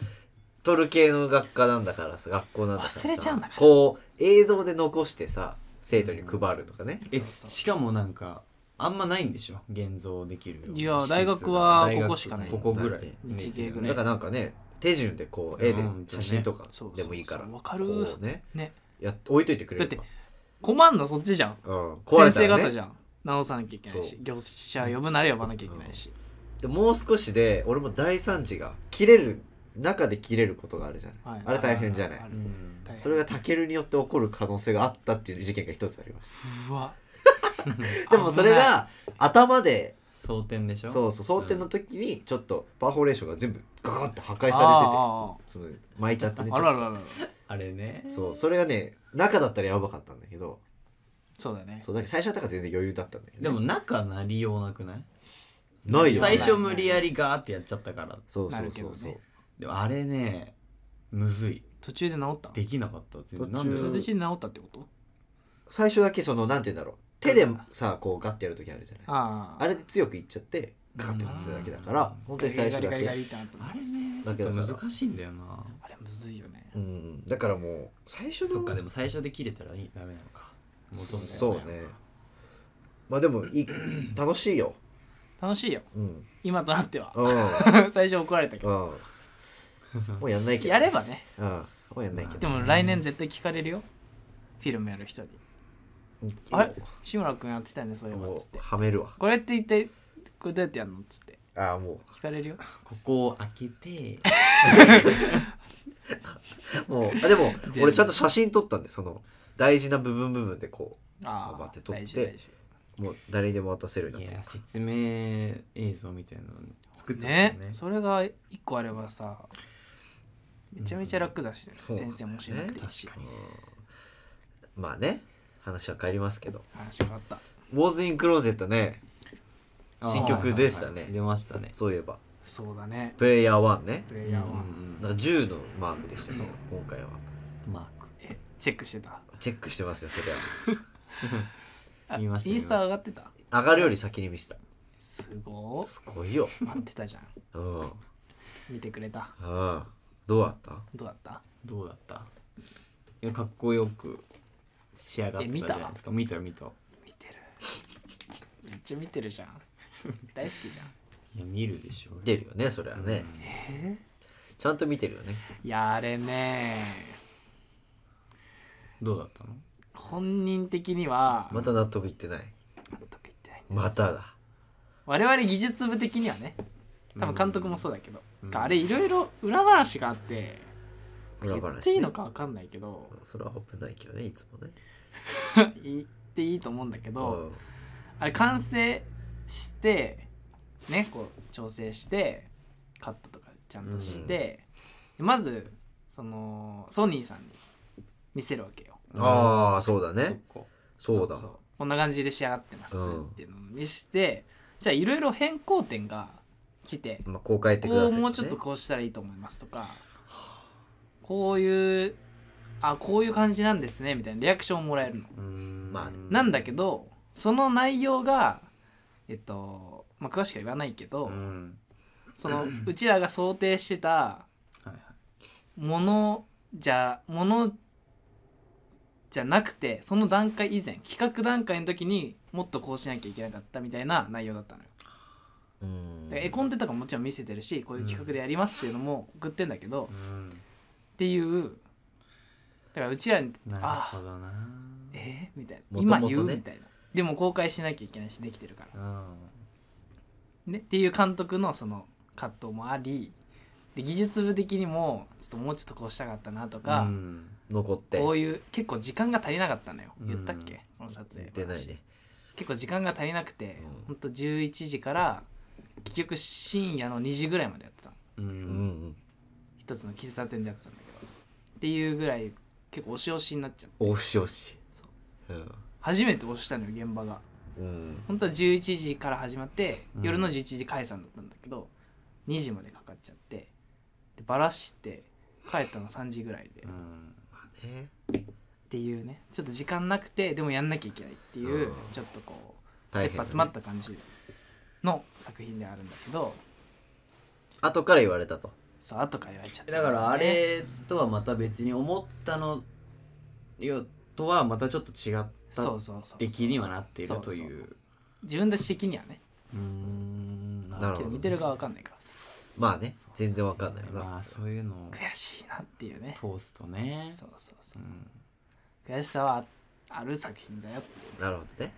[SPEAKER 1] 撮る系の学科なんだからさ学校なんだからさ
[SPEAKER 2] 忘れちゃうんだから
[SPEAKER 1] こう映像で残してさ生徒に配るとかね、
[SPEAKER 3] え
[SPEAKER 2] そうそう
[SPEAKER 3] しかもなんかあんまないんでしょ現像できるようない
[SPEAKER 2] や
[SPEAKER 3] 施設が
[SPEAKER 2] 大学は
[SPEAKER 3] 大学
[SPEAKER 2] ここしかない
[SPEAKER 3] ここぐらい
[SPEAKER 2] 日芸ぐらい
[SPEAKER 1] だからなんかね手順でこう絵で写真とか
[SPEAKER 2] そうそうそう
[SPEAKER 1] でもいいから
[SPEAKER 2] わかる
[SPEAKER 1] こうね
[SPEAKER 2] ね
[SPEAKER 1] やっ置いといてくれれば
[SPEAKER 2] だ困んのそっちじゃん
[SPEAKER 1] うん壊れ
[SPEAKER 2] 先
[SPEAKER 1] た
[SPEAKER 2] 生
[SPEAKER 1] ら
[SPEAKER 2] 方
[SPEAKER 1] ね
[SPEAKER 2] じゃん直さなきゃいけないし
[SPEAKER 1] そう
[SPEAKER 2] 業者呼ぶなら呼ばなきゃいけないし、
[SPEAKER 1] でもう少しで俺も大惨事が切れる中で切れることがあるじゃない、
[SPEAKER 2] はい
[SPEAKER 1] あれ大変じゃない
[SPEAKER 2] ある
[SPEAKER 3] うん
[SPEAKER 2] 大変
[SPEAKER 1] それがタケルによって起こる可能性があったっていう事件が一つありまし
[SPEAKER 2] うわ
[SPEAKER 1] た でもそれが頭で
[SPEAKER 3] 蒼天でしょ
[SPEAKER 1] そうそう争点の時にちょっとパーフォレーションが全部ガガッと破壊
[SPEAKER 2] 愛
[SPEAKER 1] されててその巻いちゃってね
[SPEAKER 2] あらららら
[SPEAKER 3] あれね
[SPEAKER 1] そうそれがね中だったらやばかったんだけど
[SPEAKER 2] そうだね
[SPEAKER 1] そうだけど最初はだから全然余裕だったんだけど
[SPEAKER 3] で
[SPEAKER 1] ね、
[SPEAKER 3] も仲なりようなくない
[SPEAKER 1] ないよ
[SPEAKER 3] 最初無理やりガーってやっちゃったから
[SPEAKER 1] そうそ
[SPEAKER 2] な
[SPEAKER 1] う
[SPEAKER 2] るけ
[SPEAKER 1] そ
[SPEAKER 2] ど
[SPEAKER 1] うそう、
[SPEAKER 2] ね
[SPEAKER 3] でもあれねむずい
[SPEAKER 2] 途中で治った
[SPEAKER 3] できなかったって
[SPEAKER 1] 途中
[SPEAKER 3] なんで
[SPEAKER 2] それで途中で治ったってこと
[SPEAKER 1] 最初だけそのなんて言うんだろう手でさこうガッてやる時あるじゃない
[SPEAKER 2] ああ
[SPEAKER 1] あれで強くいっちゃってガッてなってただけだから本当に最初だ
[SPEAKER 2] ガリガリガリガリ
[SPEAKER 1] け
[SPEAKER 2] ってなった
[SPEAKER 3] あれね
[SPEAKER 1] だけ
[SPEAKER 3] ちょ
[SPEAKER 1] だ
[SPEAKER 3] っ
[SPEAKER 1] から
[SPEAKER 3] と難しいんだよな
[SPEAKER 2] あれむずいよね
[SPEAKER 1] うんだからもう最初
[SPEAKER 3] そっ
[SPEAKER 1] の
[SPEAKER 3] かでも最初で切れたらいいダメなのか元みたいな
[SPEAKER 1] そうねまあでもいい楽しいよ
[SPEAKER 2] 楽しいよ
[SPEAKER 1] うん
[SPEAKER 2] 今となっては
[SPEAKER 1] うん
[SPEAKER 2] 最初怒られたけ
[SPEAKER 1] う
[SPEAKER 2] ど
[SPEAKER 1] んもうやんないけど
[SPEAKER 2] やればね
[SPEAKER 1] うんもうやんないけ
[SPEAKER 2] で
[SPEAKER 1] ど
[SPEAKER 2] も来年絶対聞かれるよフィルムやる人にあれ志村君やってたよねそういえば
[SPEAKER 1] も
[SPEAKER 2] っ
[SPEAKER 1] う
[SPEAKER 2] つって
[SPEAKER 1] はめるわ
[SPEAKER 2] これって一体これどうやってやるのっつって
[SPEAKER 1] ああも
[SPEAKER 2] 聞かれるよ
[SPEAKER 3] ここを開けて
[SPEAKER 1] うもうあでも
[SPEAKER 2] 全部
[SPEAKER 1] 俺ちゃんと写真撮ったんでその大事な部分部分でこ
[SPEAKER 2] ああ
[SPEAKER 1] 頑張って撮って
[SPEAKER 2] 大事大事
[SPEAKER 1] うもう誰にでも渡せるよう
[SPEAKER 3] い
[SPEAKER 1] になって
[SPEAKER 3] や
[SPEAKER 1] るから
[SPEAKER 3] 説明映像みたいなの作ってほしいよ
[SPEAKER 2] ねそれが一個あればさめちゃめちゃ楽だしね、
[SPEAKER 1] そう
[SPEAKER 2] 先生もしなくていいし、
[SPEAKER 3] ね
[SPEAKER 1] うんまあね話は変わりますけど
[SPEAKER 2] 話変わった
[SPEAKER 1] ウォーズ・イン・クローゼットね
[SPEAKER 3] あー
[SPEAKER 1] 新曲でしたね
[SPEAKER 3] はいはいはい出ましたね
[SPEAKER 1] そういえば
[SPEAKER 2] そうだね
[SPEAKER 1] プレイヤー1ね
[SPEAKER 2] プレイヤーは、
[SPEAKER 3] うん
[SPEAKER 1] なんか10のマークでしたね今回は
[SPEAKER 3] マ
[SPEAKER 2] えチェックしてた
[SPEAKER 1] チェックしてますよそれ
[SPEAKER 2] あ
[SPEAKER 3] 見ました
[SPEAKER 2] インスタ上がってた
[SPEAKER 1] は上がるより先に見せた
[SPEAKER 2] すごー
[SPEAKER 1] すごいよ
[SPEAKER 2] 待ってたじゃん
[SPEAKER 1] うんうん
[SPEAKER 2] 見てくれた
[SPEAKER 1] どうだった
[SPEAKER 2] どうだった
[SPEAKER 3] クどうだったいやかっこよく仕上がってたじゃないですか見た見た
[SPEAKER 2] 見てるめっちゃ見てるじゃん大好きじゃん
[SPEAKER 3] いや見るでしょ
[SPEAKER 1] 見てるよねそれはねちゃんと見てるよね
[SPEAKER 2] いやあれね
[SPEAKER 3] どうだったの
[SPEAKER 2] 本人的には
[SPEAKER 1] また納得いってない
[SPEAKER 2] 納得いってないね
[SPEAKER 1] まただ
[SPEAKER 2] 我々技術部的にはね多分監督もそうだけど、
[SPEAKER 3] うん
[SPEAKER 2] あれいろいろ裏話があって
[SPEAKER 1] 裏
[SPEAKER 2] 言っ
[SPEAKER 1] 話
[SPEAKER 2] ていいの
[SPEAKER 1] ね
[SPEAKER 2] かわかんない けど
[SPEAKER 1] それは危ないけどねいつもね
[SPEAKER 2] 言っていいと思うんだけど、
[SPEAKER 1] うん
[SPEAKER 2] あれ完成してねこう調整してカットとかちゃんとして、でまずそのソニーさんに見せるわけよ
[SPEAKER 1] ああそうだ
[SPEAKER 3] そっ
[SPEAKER 1] ね
[SPEAKER 3] か
[SPEAKER 1] そうだ
[SPEAKER 2] こんな感じで仕上がってます
[SPEAKER 1] うん
[SPEAKER 2] っていうのを見して、じゃあいろいろ変更点が来て
[SPEAKER 1] まあこう変えてく
[SPEAKER 2] こ
[SPEAKER 1] だ
[SPEAKER 2] う
[SPEAKER 1] さい
[SPEAKER 2] もうちょっとこうしたらいいと思いますとかこういうあこういう感じなんですねみたいなリアクションをもらえるの、
[SPEAKER 3] うーん
[SPEAKER 1] まあ
[SPEAKER 2] なんだけどその内容がえっと、まあ、詳しくは言わないけど、
[SPEAKER 3] うん
[SPEAKER 2] そのうちらが想定してた
[SPEAKER 3] はいはい
[SPEAKER 2] ものじゃものじゃなくてその段階以前企画段階の時にもっとこうしなきゃいけなかったみたいな内容だったのよ。
[SPEAKER 1] うん
[SPEAKER 2] だから絵コンテとかももちろん見せてるしこういう企画でやりますっていうのも送ってんだけど、
[SPEAKER 3] うん
[SPEAKER 2] っていうだからうちらに「
[SPEAKER 3] なる
[SPEAKER 2] あ
[SPEAKER 3] ほどな
[SPEAKER 2] えーみたいな
[SPEAKER 1] もとも
[SPEAKER 2] 「
[SPEAKER 1] とね
[SPEAKER 2] 今言う?」みたいなでも公開しなきゃいけないしできてるから
[SPEAKER 3] うん
[SPEAKER 2] ね、っていう監督のその葛藤もありで技術部的にもちょっともうちょっとこうしたかったなとか、
[SPEAKER 3] うん
[SPEAKER 1] 残って
[SPEAKER 2] こういう結構時間が足りなかったのよ
[SPEAKER 3] うん
[SPEAKER 2] 言ったっけ、この撮影
[SPEAKER 1] 出ないね
[SPEAKER 2] 結構時間が足りなくて、
[SPEAKER 1] うん
[SPEAKER 2] ほんと11時から結局深夜の2時ぐらいまでやってたの
[SPEAKER 3] う
[SPEAKER 1] うんん
[SPEAKER 2] 一つの喫茶店でやってたんだけどっていうぐらい結構押し押しになっちゃって
[SPEAKER 1] うんおしおし
[SPEAKER 2] そう
[SPEAKER 1] うん
[SPEAKER 2] 初めて押したのよ現場が
[SPEAKER 1] うん
[SPEAKER 2] 本当は11時から始まって
[SPEAKER 3] うん
[SPEAKER 2] 夜の11時解散だったんだけど、2時までかかっちゃってでバラして帰ったの3時ぐらいで、
[SPEAKER 3] う
[SPEAKER 2] っ
[SPEAKER 3] ん
[SPEAKER 1] ね
[SPEAKER 2] ていうねちょっと時間なくてでもやんなきゃいけないっていう、
[SPEAKER 1] うん
[SPEAKER 2] ちょっとこう、
[SPEAKER 1] 大変
[SPEAKER 2] 切羽詰まった感じの作品ではあるんだけど
[SPEAKER 1] 後から言われたと
[SPEAKER 2] そう後から言われちゃった、
[SPEAKER 3] だからあれとはまた別に思ったのよとはまたちょっと違っ
[SPEAKER 2] そう
[SPEAKER 3] た
[SPEAKER 2] そうそう
[SPEAKER 3] 的にはなっていると
[SPEAKER 2] そそ
[SPEAKER 3] いうう
[SPEAKER 2] 自分たち的にはね
[SPEAKER 3] うん
[SPEAKER 1] なるほど
[SPEAKER 2] けど
[SPEAKER 1] ね
[SPEAKER 2] 見てる側わかんないからさ
[SPEAKER 1] まあね全然わかんないよな、
[SPEAKER 3] まあそういうのを
[SPEAKER 2] 悔しいなっていうね
[SPEAKER 3] 通すとね
[SPEAKER 2] そうそうそううん悔しさはある作品だよって
[SPEAKER 1] なるほどね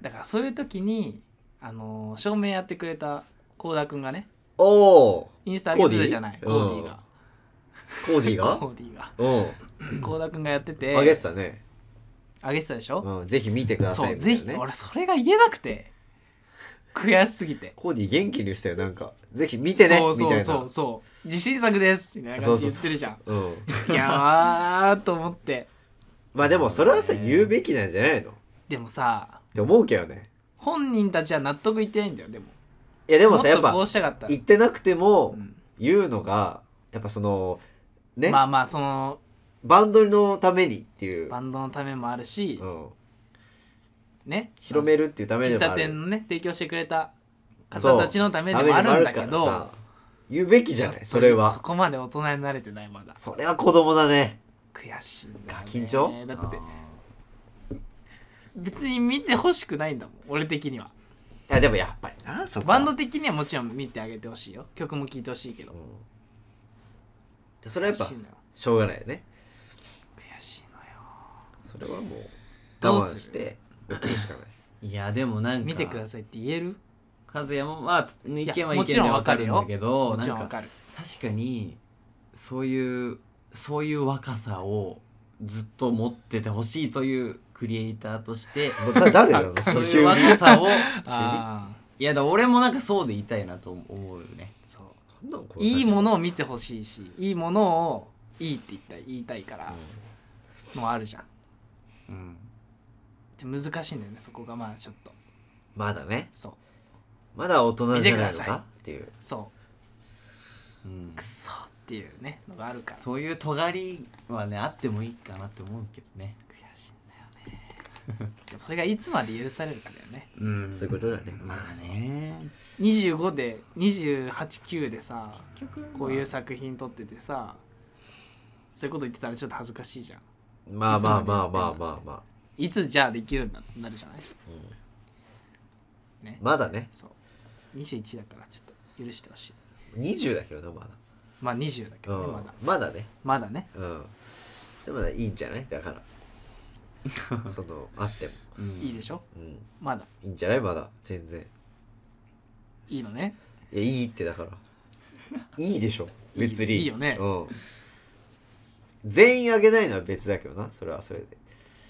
[SPEAKER 2] だからそういう時に、あのー照明やってくれた倖田くんがね
[SPEAKER 1] おお
[SPEAKER 2] インスタ上げてたじゃない
[SPEAKER 1] コ
[SPEAKER 2] コ
[SPEAKER 1] ー
[SPEAKER 2] ー
[SPEAKER 1] ディー
[SPEAKER 2] ディー
[SPEAKER 1] が
[SPEAKER 2] が
[SPEAKER 1] コーディが
[SPEAKER 2] コーディーが
[SPEAKER 1] う
[SPEAKER 2] 倖田くんがやってて
[SPEAKER 1] んあげてたね
[SPEAKER 2] 上げてたでしょ、
[SPEAKER 1] うんぜひ見てくださ
[SPEAKER 2] そ
[SPEAKER 1] いうみたい
[SPEAKER 2] ぜ
[SPEAKER 1] な
[SPEAKER 2] ひ、
[SPEAKER 1] ね
[SPEAKER 2] 俺それが言えなくて悔しすぎて
[SPEAKER 1] コーディ元気にしたよなんかぜひ見てね
[SPEAKER 2] そう
[SPEAKER 1] み
[SPEAKER 2] そ
[SPEAKER 1] たいうな
[SPEAKER 2] そうそう自信作ですみたいな感じで言ってるじゃん
[SPEAKER 1] うん
[SPEAKER 2] いやーと思って
[SPEAKER 1] まあでもそれはさ
[SPEAKER 3] ね
[SPEAKER 1] 言うべきなんじゃないのっ
[SPEAKER 2] でもさ
[SPEAKER 1] て思うけどね
[SPEAKER 2] 本人たちは納得いってないんだよでも
[SPEAKER 1] いやで
[SPEAKER 2] で
[SPEAKER 1] もさやっ
[SPEAKER 2] こ
[SPEAKER 1] ぱ
[SPEAKER 2] うしたかったら
[SPEAKER 1] 言ってなくても
[SPEAKER 2] うん
[SPEAKER 1] 言うのがやっぱそのね
[SPEAKER 2] まあまあその
[SPEAKER 1] バンドのためにっていう
[SPEAKER 2] バンドのためもあるし、
[SPEAKER 1] うん
[SPEAKER 2] ね
[SPEAKER 1] 広めるっていうためでも
[SPEAKER 2] 喫茶
[SPEAKER 1] あ
[SPEAKER 2] 店
[SPEAKER 1] る
[SPEAKER 2] のね提供してくれた
[SPEAKER 1] そう
[SPEAKER 2] 方たちのためでもあるんだけ
[SPEAKER 1] ためでもあるから
[SPEAKER 2] ど
[SPEAKER 1] さ言うべきじゃないそれ
[SPEAKER 2] そ
[SPEAKER 1] は
[SPEAKER 2] こまで大人になれてないまだ
[SPEAKER 1] それは子供だね
[SPEAKER 2] 悔しいんだよね
[SPEAKER 1] 緊張
[SPEAKER 2] だって別に見てほしくないんだもん俺的にはい
[SPEAKER 1] やでもやっぱりなそこは
[SPEAKER 2] バンド的にはもちろん見てあげてほしいよ曲も聴いてほしいけど
[SPEAKER 1] うんでそれはやっ
[SPEAKER 2] 悔
[SPEAKER 1] ぱ
[SPEAKER 2] しいのよ
[SPEAKER 1] しょうがないよね
[SPEAKER 2] 悔しいのよ
[SPEAKER 1] それはもう
[SPEAKER 2] ど
[SPEAKER 1] 我
[SPEAKER 2] う
[SPEAKER 1] 慢
[SPEAKER 2] す
[SPEAKER 1] し
[SPEAKER 2] る
[SPEAKER 1] て行くしかない
[SPEAKER 3] いやでもなんか
[SPEAKER 2] 見てくださいって言える
[SPEAKER 3] 和也もまあ意見
[SPEAKER 2] も
[SPEAKER 3] は意見
[SPEAKER 2] ち
[SPEAKER 3] で
[SPEAKER 2] ろん
[SPEAKER 3] わ
[SPEAKER 2] わ
[SPEAKER 3] か
[SPEAKER 2] か
[SPEAKER 3] る
[SPEAKER 2] る
[SPEAKER 3] ん
[SPEAKER 2] よ
[SPEAKER 3] だけど
[SPEAKER 2] も
[SPEAKER 3] な
[SPEAKER 2] ちろんわ
[SPEAKER 3] んか
[SPEAKER 2] かる
[SPEAKER 3] 確かにそういうそういう若さをずっと持っててほしいというクリエイター として
[SPEAKER 1] だ誰だ よ
[SPEAKER 3] そうい
[SPEAKER 1] 急
[SPEAKER 3] う
[SPEAKER 1] に
[SPEAKER 3] 若さを
[SPEAKER 2] ああ
[SPEAKER 3] いやだ俺もなんかそうでいたいなと思うよね
[SPEAKER 2] そう
[SPEAKER 1] なんなんこの
[SPEAKER 2] いいものを見てほしいしいいものをいいって言ったい言いたいからもあるじゃん
[SPEAKER 3] うん
[SPEAKER 2] ちょ難しいんだよねそこがまあちょっと
[SPEAKER 1] まだね
[SPEAKER 2] そう
[SPEAKER 1] まだ大人じゃないの
[SPEAKER 2] 見てくだ
[SPEAKER 1] か
[SPEAKER 2] さ
[SPEAKER 1] っていう
[SPEAKER 2] そ
[SPEAKER 3] うん
[SPEAKER 2] うクソっていうねのがあるから
[SPEAKER 3] そういう尖りはねあってもいいかなって思うけどね
[SPEAKER 2] 悔しいんだよねでもそれがいつまで許されるかだよね
[SPEAKER 3] うん
[SPEAKER 1] そういうことだね
[SPEAKER 3] まあね
[SPEAKER 2] 25で289でさ
[SPEAKER 3] 結局
[SPEAKER 2] こういう作品撮っててさそういうこと言ってたらちょっと恥ずかしいじゃん
[SPEAKER 1] まあまあまあまあまあまあ
[SPEAKER 2] いつじゃあできるんだってなるじゃないね
[SPEAKER 1] まだね
[SPEAKER 2] そう21だからちょっと許してほしい
[SPEAKER 1] 20だけどなまだ
[SPEAKER 2] まあ20だけ
[SPEAKER 1] う
[SPEAKER 2] ど
[SPEAKER 1] ん
[SPEAKER 2] ねまだ
[SPEAKER 1] まだね
[SPEAKER 2] まだね
[SPEAKER 1] うんでもねいいんじゃないだからそのあっても
[SPEAKER 3] うん
[SPEAKER 2] いいでしょ
[SPEAKER 1] うん
[SPEAKER 2] まだ
[SPEAKER 1] いいんじゃないまだ全然
[SPEAKER 2] いいのね
[SPEAKER 1] いやいいってだからいいでしょ
[SPEAKER 2] いい
[SPEAKER 1] 別に
[SPEAKER 2] いいよね
[SPEAKER 1] うん全員あげないのは別だけどなそれはそれで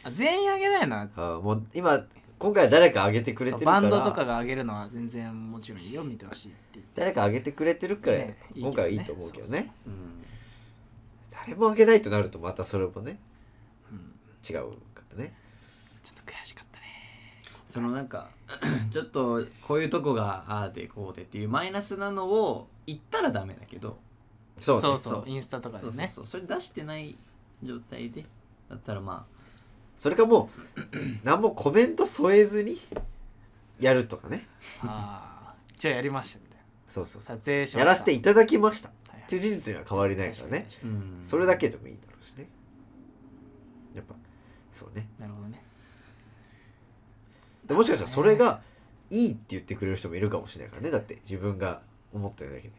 [SPEAKER 2] あ全員あげないのは
[SPEAKER 1] あもう今今回は誰かあげてくれて
[SPEAKER 2] そう
[SPEAKER 1] るから
[SPEAKER 2] バンドとかが上げるのは全然もちろんいいよ見てほしいって
[SPEAKER 1] 誰かあげてくれてるから、
[SPEAKER 2] ねいいけどね
[SPEAKER 1] 今回はいいと思うけどね
[SPEAKER 3] うん
[SPEAKER 1] 誰もあげないとなるとまたそれもね
[SPEAKER 2] うん
[SPEAKER 1] 違うからね
[SPEAKER 2] ちょっと悔しかったね
[SPEAKER 3] そのなんか ちょっとこういうとこがああでこうでっていうマイナスなのを言ったらダメだけど
[SPEAKER 1] そうね
[SPEAKER 2] そうそう
[SPEAKER 3] そう
[SPEAKER 2] インスタとかで
[SPEAKER 3] そうそう
[SPEAKER 2] ね
[SPEAKER 3] そうそれ出してない状態でだったらまあ
[SPEAKER 1] それかもう 何もコメント添えずにやるとかね
[SPEAKER 2] ああじゃあやりましたみたいな
[SPEAKER 1] そうそうそう
[SPEAKER 2] 撮影しました
[SPEAKER 1] やらせていただきました
[SPEAKER 2] はいはい
[SPEAKER 1] という事実には変わりないからね
[SPEAKER 2] 確
[SPEAKER 3] う
[SPEAKER 2] かに確
[SPEAKER 3] ん
[SPEAKER 1] それだけでもいいだろうしねやっぱそうね
[SPEAKER 2] かになるほどね
[SPEAKER 1] でもしかしたらそれがいいって言ってくれる人もいるかもしれないからねだって自分が思ってるだけで、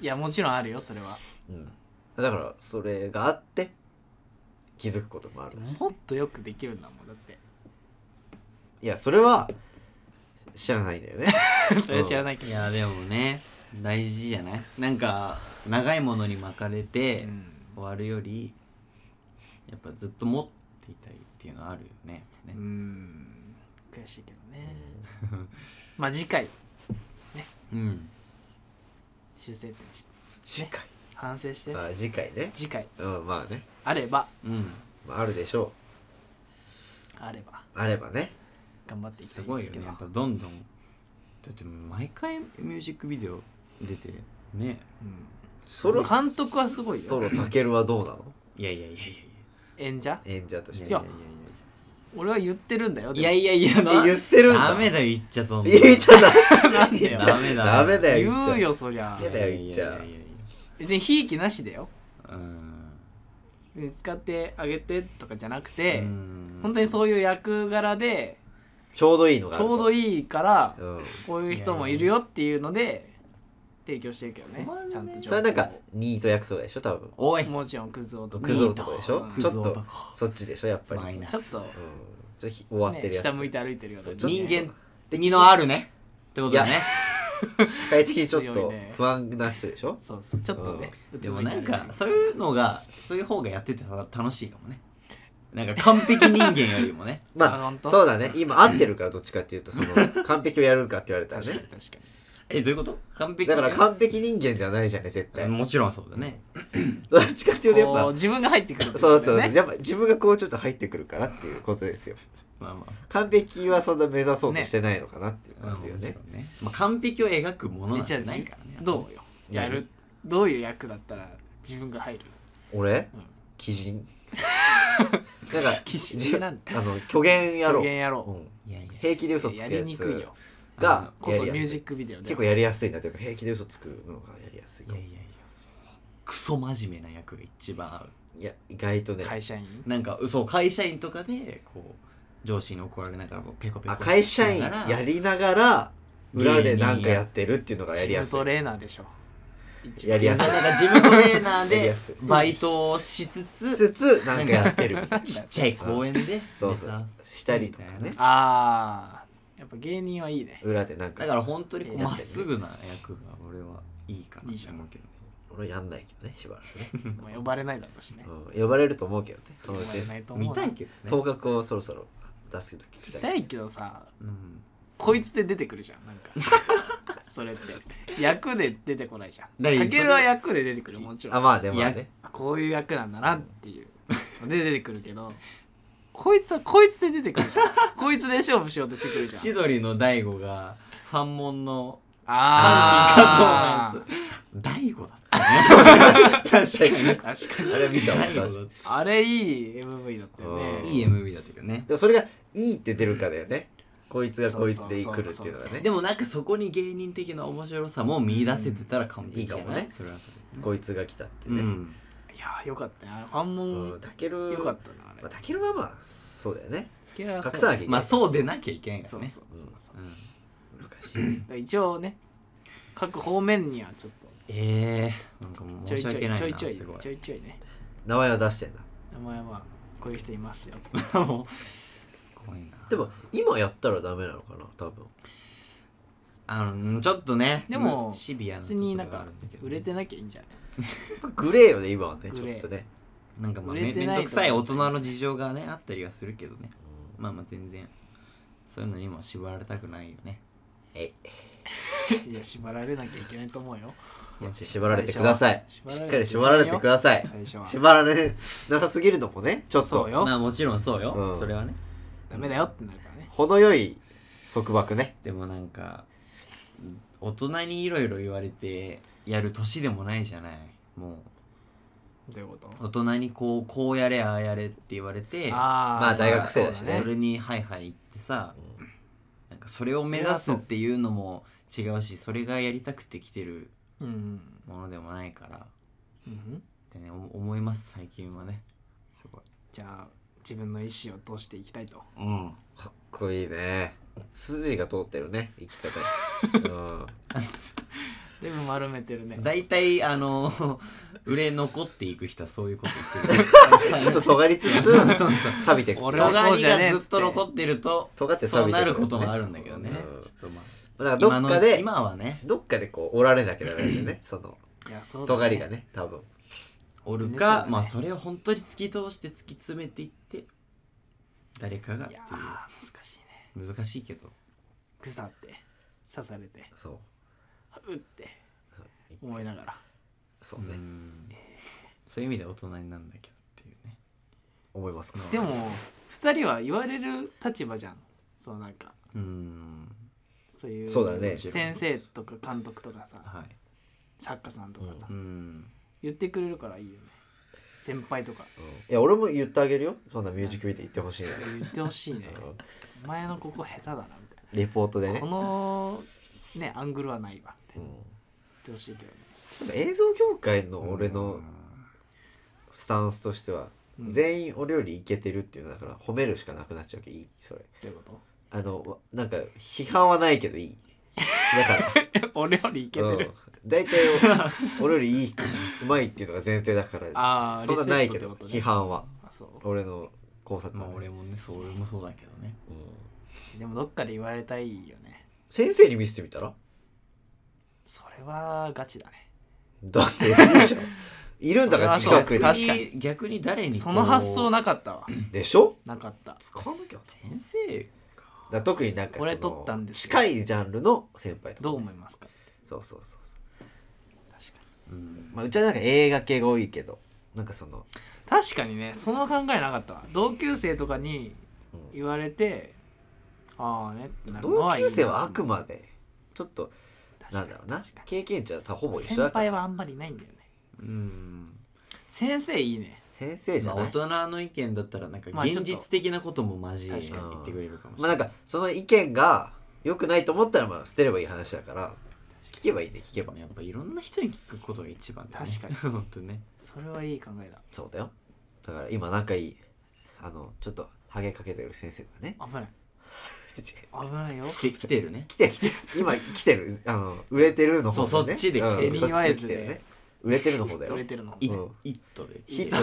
[SPEAKER 2] いやもちろんあるよそれは
[SPEAKER 1] うん、だからそれがあって気づくこともあるし
[SPEAKER 2] もっとよくできるんだもんだって
[SPEAKER 1] いやそれは知らないんだ よね
[SPEAKER 2] それは知らないけ
[SPEAKER 3] い
[SPEAKER 2] ど
[SPEAKER 3] やでもね大事じゃないなんか長いものに巻かれて
[SPEAKER 2] うん
[SPEAKER 3] 終わるよりやっぱずっと持っていたいっていうのはあるよねね
[SPEAKER 2] うん悔しいけどねまあ次回
[SPEAKER 3] うん
[SPEAKER 2] 修正点して
[SPEAKER 1] 次回
[SPEAKER 2] 反省して
[SPEAKER 1] あ次回ね
[SPEAKER 2] 次回
[SPEAKER 1] うんまあね、
[SPEAKER 2] あれば
[SPEAKER 3] うん
[SPEAKER 1] まあ、あるでしょ
[SPEAKER 2] あれば
[SPEAKER 1] うあればね
[SPEAKER 2] 頑張っていきた
[SPEAKER 3] す
[SPEAKER 2] いん
[SPEAKER 3] ご
[SPEAKER 2] で
[SPEAKER 3] い
[SPEAKER 2] す
[SPEAKER 3] よ
[SPEAKER 2] け
[SPEAKER 3] ね
[SPEAKER 2] ど
[SPEAKER 3] やっぱどんどんだって毎回ミュージックビデオ出てね
[SPEAKER 2] うん
[SPEAKER 1] そろ
[SPEAKER 2] 監督はすごいよ
[SPEAKER 1] そろたけるはどうなの
[SPEAKER 3] いやいやいやい
[SPEAKER 2] 演者
[SPEAKER 1] 演者として
[SPEAKER 3] や
[SPEAKER 2] いや俺は言ってるんだよで
[SPEAKER 3] い
[SPEAKER 2] も
[SPEAKER 3] やいやいやいやいや
[SPEAKER 1] え言ってるんだ
[SPEAKER 3] ダメだよ言っちゃそんな
[SPEAKER 1] 言っちゃダメ
[SPEAKER 2] なんで
[SPEAKER 1] 言
[SPEAKER 2] よ
[SPEAKER 1] っちゃ
[SPEAKER 3] ダメだ
[SPEAKER 1] ダメだよ言っち
[SPEAKER 2] 言
[SPEAKER 1] ゃ
[SPEAKER 2] うよそりゃ
[SPEAKER 1] いやだよ言っちゃ
[SPEAKER 3] いやいやいやい
[SPEAKER 2] 別にひいきなしだよ
[SPEAKER 3] やうん
[SPEAKER 2] 別に使ってあげてとかじゃなくて
[SPEAKER 3] うん
[SPEAKER 2] 本当にそういう役柄で
[SPEAKER 1] ちょうどいいのが
[SPEAKER 2] ちょうど
[SPEAKER 1] い、
[SPEAKER 2] いいから
[SPEAKER 1] うん、
[SPEAKER 2] こういう人もいるよっていうので提供してるけどね
[SPEAKER 3] 困るね
[SPEAKER 2] ちゃんと情報を
[SPEAKER 1] それなんかニート役とかでしょ多分
[SPEAKER 3] おい
[SPEAKER 2] もちろんクズ男
[SPEAKER 1] クズ男でしょ
[SPEAKER 2] ニ
[SPEAKER 3] ート
[SPEAKER 1] ちょっ
[SPEAKER 3] クズ
[SPEAKER 1] と
[SPEAKER 3] 男
[SPEAKER 1] そっちでしょやっぱり
[SPEAKER 3] マイナ
[SPEAKER 2] ちょっと、
[SPEAKER 1] うん、ちょっとひ終わって
[SPEAKER 2] ね、
[SPEAKER 1] るやつ、
[SPEAKER 2] 下向いて歩いてるような
[SPEAKER 1] そうちょっと
[SPEAKER 3] 人間的のあるねってことだ
[SPEAKER 1] いや
[SPEAKER 3] ね
[SPEAKER 1] 社会的にちょっ
[SPEAKER 2] 強い
[SPEAKER 1] と
[SPEAKER 2] ね
[SPEAKER 1] 不安な人でしょ
[SPEAKER 2] そうそうちょっとねう
[SPEAKER 3] で
[SPEAKER 2] つ
[SPEAKER 3] も
[SPEAKER 2] むい
[SPEAKER 3] な
[SPEAKER 2] て歩
[SPEAKER 3] ん
[SPEAKER 2] いてる
[SPEAKER 3] かそういうのがそういう方がやっててた楽しいかもねなんか完璧人間よりもね
[SPEAKER 2] あ
[SPEAKER 1] まあ
[SPEAKER 2] 本当
[SPEAKER 1] そうだね今合ってるからどっちかっていうとその完璧をやるかって言われたら
[SPEAKER 2] 確かに
[SPEAKER 1] ね
[SPEAKER 2] 確か
[SPEAKER 3] えどういうこと完璧
[SPEAKER 1] だから完璧人間ではないじゃない絶対
[SPEAKER 3] もちろんそうだね
[SPEAKER 1] どっちかっていうと
[SPEAKER 2] に
[SPEAKER 1] やっ
[SPEAKER 2] こう
[SPEAKER 1] ぱ
[SPEAKER 2] 自分が入ってくるってことだ
[SPEAKER 1] そ
[SPEAKER 2] よ
[SPEAKER 1] うそう
[SPEAKER 2] ね
[SPEAKER 1] やっぱ自分がこうちょっと入ってくるからっていうことですよ
[SPEAKER 3] まあまあ
[SPEAKER 1] 完璧はそんな目指そうとしてないのかなっていう感じよ
[SPEAKER 3] もち
[SPEAKER 1] ね
[SPEAKER 3] ろんねまあ完璧を描くものなん
[SPEAKER 2] じ
[SPEAKER 3] て
[SPEAKER 2] ゃあ
[SPEAKER 3] ないからね
[SPEAKER 2] どうよ
[SPEAKER 1] や
[SPEAKER 2] やるどういう役だったら自分が入る
[SPEAKER 1] 俺
[SPEAKER 2] うん
[SPEAKER 1] 鬼 人なんか
[SPEAKER 2] 鬼人なん
[SPEAKER 1] じあの虚言やろ
[SPEAKER 2] 表
[SPEAKER 1] う
[SPEAKER 2] 現やろ
[SPEAKER 1] うん
[SPEAKER 3] いやいや
[SPEAKER 1] 平気で嘘つく
[SPEAKER 2] や
[SPEAKER 1] や
[SPEAKER 2] りにくい
[SPEAKER 1] つ
[SPEAKER 2] よ
[SPEAKER 1] が
[SPEAKER 2] こ
[SPEAKER 1] や
[SPEAKER 2] と
[SPEAKER 1] り
[SPEAKER 2] ミュ
[SPEAKER 1] や
[SPEAKER 2] ー
[SPEAKER 1] す
[SPEAKER 2] ジ
[SPEAKER 1] い
[SPEAKER 2] ックビデオで
[SPEAKER 1] 結構やりやすいなでも平気で嘘つくのがやりやすい
[SPEAKER 3] い
[SPEAKER 1] か
[SPEAKER 3] や
[SPEAKER 1] も
[SPEAKER 3] いやいやクソ真面目な役が一番合
[SPEAKER 1] いや意外とね
[SPEAKER 2] 会社員
[SPEAKER 3] うなんか嘘会社員とかでこう上司に怒られながらこうペコペコ
[SPEAKER 1] あ会社員
[SPEAKER 3] しながら
[SPEAKER 1] やりながら裏でなんかやってるっていうのがやり
[SPEAKER 2] チー
[SPEAKER 1] や
[SPEAKER 2] ム
[SPEAKER 1] す
[SPEAKER 2] ト
[SPEAKER 1] い
[SPEAKER 2] レーナーでしょ一番
[SPEAKER 1] やりやすい
[SPEAKER 3] そうなんか自分トレーナー
[SPEAKER 1] やり
[SPEAKER 3] で
[SPEAKER 1] やすい
[SPEAKER 3] バイトをしつ
[SPEAKER 1] し
[SPEAKER 3] つ
[SPEAKER 1] つつなんかやってるみたいな
[SPEAKER 3] ちっちゃ い公園で
[SPEAKER 1] そうそうしたりとかね
[SPEAKER 2] あーやっぱ芸人はいいね
[SPEAKER 1] 裏でなんか
[SPEAKER 3] だから本当にこう
[SPEAKER 1] やっ
[SPEAKER 3] ま
[SPEAKER 1] てる
[SPEAKER 3] っ
[SPEAKER 1] ね
[SPEAKER 3] すぐな役が俺はいいかなと思うけどね
[SPEAKER 1] 俺やんないけどねしばらくね、
[SPEAKER 2] もう呼ばれないだろうしね
[SPEAKER 1] うん、呼ばれると思うけどねそ
[SPEAKER 2] 呼
[SPEAKER 1] の
[SPEAKER 2] ば
[SPEAKER 1] うち
[SPEAKER 2] れないと思
[SPEAKER 3] 見
[SPEAKER 2] うな
[SPEAKER 3] たいけど
[SPEAKER 1] 頭
[SPEAKER 3] ね
[SPEAKER 1] 角をそろそろ出すとき
[SPEAKER 2] 見
[SPEAKER 1] きた
[SPEAKER 2] た
[SPEAKER 1] い
[SPEAKER 2] いけどさ
[SPEAKER 3] うん
[SPEAKER 2] こいつで出てくるじゃんなん かそれって役で出てこないじゃん
[SPEAKER 3] 何
[SPEAKER 2] たけるは役で出てくるよもちろ
[SPEAKER 1] あ
[SPEAKER 2] ん
[SPEAKER 1] まあでもね
[SPEAKER 2] あこういう役なんだなっていうので出てくるけどこいつはこいつで出てくるじゃんこいつで勝負しようとしてくる じゃ
[SPEAKER 3] 千
[SPEAKER 2] ん
[SPEAKER 3] 鳥の大悟がファンモンの
[SPEAKER 2] あ
[SPEAKER 3] 加
[SPEAKER 2] ー
[SPEAKER 3] 藤のやつ大悟だったね確かに
[SPEAKER 2] 確かに
[SPEAKER 1] あれ見たわ
[SPEAKER 3] 大
[SPEAKER 1] 確かに
[SPEAKER 3] 悟だっ
[SPEAKER 2] あれいい MV だったよね
[SPEAKER 3] たいい MV だったけどね
[SPEAKER 1] でもそれがいいって出るかだよねこいつがこいつで来るっていうのが
[SPEAKER 2] そうそうそうそう
[SPEAKER 1] ね
[SPEAKER 3] でもなんかそこに芸人的な面白さも見出せてたら完璧じゃな
[SPEAKER 1] い
[SPEAKER 3] い
[SPEAKER 1] いかもね
[SPEAKER 3] それはそ
[SPEAKER 1] こいつが来たって
[SPEAKER 3] れ
[SPEAKER 1] ね、う
[SPEAKER 3] でうんん
[SPEAKER 2] いやーよかったなファンモン
[SPEAKER 1] タケル
[SPEAKER 2] よかったなあれ
[SPEAKER 1] まあ、タケルはまあそうだよね
[SPEAKER 2] タケルはそう
[SPEAKER 1] 格差上げ
[SPEAKER 3] まあそうでなきゃいけないか
[SPEAKER 2] そ
[SPEAKER 3] ら
[SPEAKER 2] う
[SPEAKER 3] ね
[SPEAKER 2] そうそうそう
[SPEAKER 3] うん
[SPEAKER 2] だから一応ね各方面にはちょっと
[SPEAKER 3] えー、なんかもう
[SPEAKER 2] ちょ
[SPEAKER 3] 申
[SPEAKER 2] い
[SPEAKER 3] し
[SPEAKER 2] ちょい
[SPEAKER 3] 訳
[SPEAKER 2] ち
[SPEAKER 3] ない
[SPEAKER 2] ょい
[SPEAKER 3] な
[SPEAKER 2] ちょい
[SPEAKER 3] すごい
[SPEAKER 2] ちょいちょいね
[SPEAKER 1] 名前は出してんだ
[SPEAKER 2] 名前はこういう人いますよ
[SPEAKER 3] もうすごいな
[SPEAKER 1] でも今やったらダメなのかな多分
[SPEAKER 3] あのちょっとね
[SPEAKER 2] でも
[SPEAKER 3] シビアなと
[SPEAKER 2] 別
[SPEAKER 3] こ
[SPEAKER 2] に
[SPEAKER 3] ろ
[SPEAKER 2] なん
[SPEAKER 3] が あ
[SPEAKER 2] か
[SPEAKER 3] るんだけど
[SPEAKER 2] 売れてなきゃいいんじゃない
[SPEAKER 1] グレーよね今はねち
[SPEAKER 2] グ
[SPEAKER 1] ょ
[SPEAKER 2] レ
[SPEAKER 1] っ
[SPEAKER 2] ー
[SPEAKER 1] とね
[SPEAKER 3] なんかまあ
[SPEAKER 2] 売れ
[SPEAKER 3] め
[SPEAKER 2] て
[SPEAKER 3] め
[SPEAKER 2] ない
[SPEAKER 3] ん
[SPEAKER 2] と
[SPEAKER 3] どくさい大人の事情がねあったりはするけどねまあまあ全然そういうのにも縛られたくないよね
[SPEAKER 1] え
[SPEAKER 2] いや縛られなきゃいけないと思うよ
[SPEAKER 3] もちろん
[SPEAKER 1] 縛られてください
[SPEAKER 2] 最初は
[SPEAKER 1] しっかり縛られてください
[SPEAKER 2] 最初 は
[SPEAKER 1] 縛られなさすぎるのもねちょっ
[SPEAKER 2] そ
[SPEAKER 1] と
[SPEAKER 2] うよ
[SPEAKER 3] まあもちろんそうよ、
[SPEAKER 1] うん
[SPEAKER 3] それはね
[SPEAKER 2] ダメだよってなるからね
[SPEAKER 1] 程よい束縛ね
[SPEAKER 3] でもなんか大人にいろいろ言われてやる年でもないじゃないも
[SPEAKER 2] どういうこと
[SPEAKER 3] う大人にこうこうやれああやれって言われて
[SPEAKER 2] あー
[SPEAKER 1] まあ大学生だしね
[SPEAKER 2] そう
[SPEAKER 3] それにハイハイ言ってさ、
[SPEAKER 1] うん
[SPEAKER 3] なんかそれを目指すっていうのも違うしそれがやりたくて来てる
[SPEAKER 2] うん
[SPEAKER 3] ものでもないからっ
[SPEAKER 2] うん
[SPEAKER 3] てねお思います最近はねすごい
[SPEAKER 2] じゃあ自分の意思を通していきたいと
[SPEAKER 3] うん
[SPEAKER 1] かっこ いいね筋が通ってるね生き方うん
[SPEAKER 2] 全部丸めてるね
[SPEAKER 3] 大体あの売れ残っていく人はそういうこと言ってる
[SPEAKER 1] ちょっと尖りつつ
[SPEAKER 3] そうそうそう
[SPEAKER 1] 錆びてく
[SPEAKER 2] 俺
[SPEAKER 1] だ
[SPEAKER 2] は
[SPEAKER 1] か
[SPEAKER 3] 尖りがずっと残ってると
[SPEAKER 1] 尖って
[SPEAKER 3] そ
[SPEAKER 1] 錆び
[SPEAKER 3] う
[SPEAKER 1] て
[SPEAKER 3] な
[SPEAKER 1] くる
[SPEAKER 3] ることもあるんだけどね、
[SPEAKER 1] うん
[SPEAKER 3] ちょっとまあ
[SPEAKER 1] らどっかで
[SPEAKER 3] 今の今はね
[SPEAKER 1] どっかでこう折られなきゃダメだよねその
[SPEAKER 2] いやそうだね
[SPEAKER 1] 尖りがね多分
[SPEAKER 3] おる
[SPEAKER 2] 本当にそう
[SPEAKER 3] か、
[SPEAKER 2] だね
[SPEAKER 3] まあそれを本当に突き通して突き詰めていって誰かが
[SPEAKER 2] い
[SPEAKER 3] ってい
[SPEAKER 2] やー難しいね
[SPEAKER 3] う難しいけど
[SPEAKER 2] 草って刺されて
[SPEAKER 1] そう
[SPEAKER 2] うって思いながら
[SPEAKER 1] そうね、
[SPEAKER 3] うんそういう意味で大人になるんだけどっていうね
[SPEAKER 1] 思いますか
[SPEAKER 2] でも2人は言われる立場じゃんそうなんか
[SPEAKER 3] うん
[SPEAKER 2] そういう
[SPEAKER 1] そうだね
[SPEAKER 2] 先生とか監督とかさ
[SPEAKER 3] はい
[SPEAKER 2] 作家さんとかさ、
[SPEAKER 3] うん
[SPEAKER 2] 言ってくれるからいいよね先輩とか
[SPEAKER 1] うんいや俺も言ってあげるよそんなミュージックビデオ言ってほしいなら
[SPEAKER 2] 言ってほしいね
[SPEAKER 1] うん
[SPEAKER 2] お前のここ下手だなみたい
[SPEAKER 1] レポートで
[SPEAKER 2] な
[SPEAKER 1] ね
[SPEAKER 2] こ、のねアングルはないわみた
[SPEAKER 1] う
[SPEAKER 2] い
[SPEAKER 1] ん
[SPEAKER 2] な言ってほしいけどね
[SPEAKER 1] なんか映像業界の俺のスタンスとしては、
[SPEAKER 2] うん
[SPEAKER 1] 全員俺よりイケてるっていうのだから褒めるしかなくなっちゃうけどいいそれ
[SPEAKER 2] どういうこ
[SPEAKER 1] あのわなんか批判はないけどいいだから
[SPEAKER 2] と 俺よりいけてる
[SPEAKER 1] うん大体 お俺よりいいうまいっていうのが前提だから
[SPEAKER 2] ああ
[SPEAKER 1] そんなないけ
[SPEAKER 2] リ
[SPEAKER 1] ど
[SPEAKER 2] スペクトって
[SPEAKER 1] 批判は
[SPEAKER 2] ことねあそ
[SPEAKER 1] 俺の考察
[SPEAKER 3] まあ
[SPEAKER 1] は、
[SPEAKER 3] 俺もねそう俺もそうだけどね
[SPEAKER 1] うん
[SPEAKER 2] うでもどっかで言われたいよね
[SPEAKER 1] 先生に見せてみたら
[SPEAKER 2] それはガチだね
[SPEAKER 1] だっている じゃんいるんだから
[SPEAKER 2] それは
[SPEAKER 1] 近
[SPEAKER 2] そ
[SPEAKER 1] く
[SPEAKER 2] う
[SPEAKER 1] に
[SPEAKER 2] 確かに
[SPEAKER 3] 逆に誰にこう
[SPEAKER 2] その発想なかったわ
[SPEAKER 1] でしょ
[SPEAKER 2] なかった
[SPEAKER 1] 使わなきゃ
[SPEAKER 3] 先生
[SPEAKER 1] だから特になんか
[SPEAKER 2] これ
[SPEAKER 1] その
[SPEAKER 2] 撮ったんですよ
[SPEAKER 1] 近いジャンルの先輩とか
[SPEAKER 2] どう思いますか
[SPEAKER 1] そうそうそうそう、
[SPEAKER 3] うん
[SPEAKER 1] まあ、うちはなんか映画系が多いけどなんかその
[SPEAKER 2] 確かにねその考えなかったわ同級生とかに言われて、ああねってなるの
[SPEAKER 1] 同
[SPEAKER 2] はいい
[SPEAKER 1] 級
[SPEAKER 2] な
[SPEAKER 1] 生はあくまでちょっと
[SPEAKER 2] 確
[SPEAKER 1] な
[SPEAKER 2] かに
[SPEAKER 1] んだろうな
[SPEAKER 2] 確か
[SPEAKER 1] 経験値はほぼ
[SPEAKER 2] に
[SPEAKER 1] 一緒
[SPEAKER 2] 先
[SPEAKER 1] だか
[SPEAKER 2] 輩
[SPEAKER 1] ら
[SPEAKER 2] はあんまりいないんだよね
[SPEAKER 3] うん
[SPEAKER 2] 先生いいね
[SPEAKER 1] 先生じ
[SPEAKER 3] ま
[SPEAKER 1] ゃ
[SPEAKER 3] あ
[SPEAKER 1] ない、
[SPEAKER 3] 大人の意見だったらなんか
[SPEAKER 2] まあちょ
[SPEAKER 3] 現
[SPEAKER 2] っと
[SPEAKER 3] 実的なことも交え
[SPEAKER 2] 確か
[SPEAKER 1] に
[SPEAKER 3] 言ってくれるかもし
[SPEAKER 1] ま
[SPEAKER 3] れ
[SPEAKER 1] あ
[SPEAKER 3] な
[SPEAKER 1] ないんかその意見が良くないと思ったらまあ捨てればいい話だから聞けばいいね聞けば
[SPEAKER 3] やっぱいろんな人に聞くことが一番だね
[SPEAKER 2] 確かに
[SPEAKER 3] 本当ね
[SPEAKER 2] それはいい考えだ
[SPEAKER 1] そうだよだから今仲いいあのちょっとハゲかけてる先生だね
[SPEAKER 2] 危ない危ないよ
[SPEAKER 3] 来て来てるね
[SPEAKER 1] 来てる来てる今来てるあの売れてるの方だね
[SPEAKER 3] そうそっちで来てる
[SPEAKER 1] うん
[SPEAKER 2] ミニワイズ
[SPEAKER 1] そっち
[SPEAKER 2] で
[SPEAKER 1] 来てるね売れてるの方だよ
[SPEAKER 2] 売れてるの
[SPEAKER 3] い
[SPEAKER 1] うん
[SPEAKER 3] 一頭で
[SPEAKER 1] ヒットし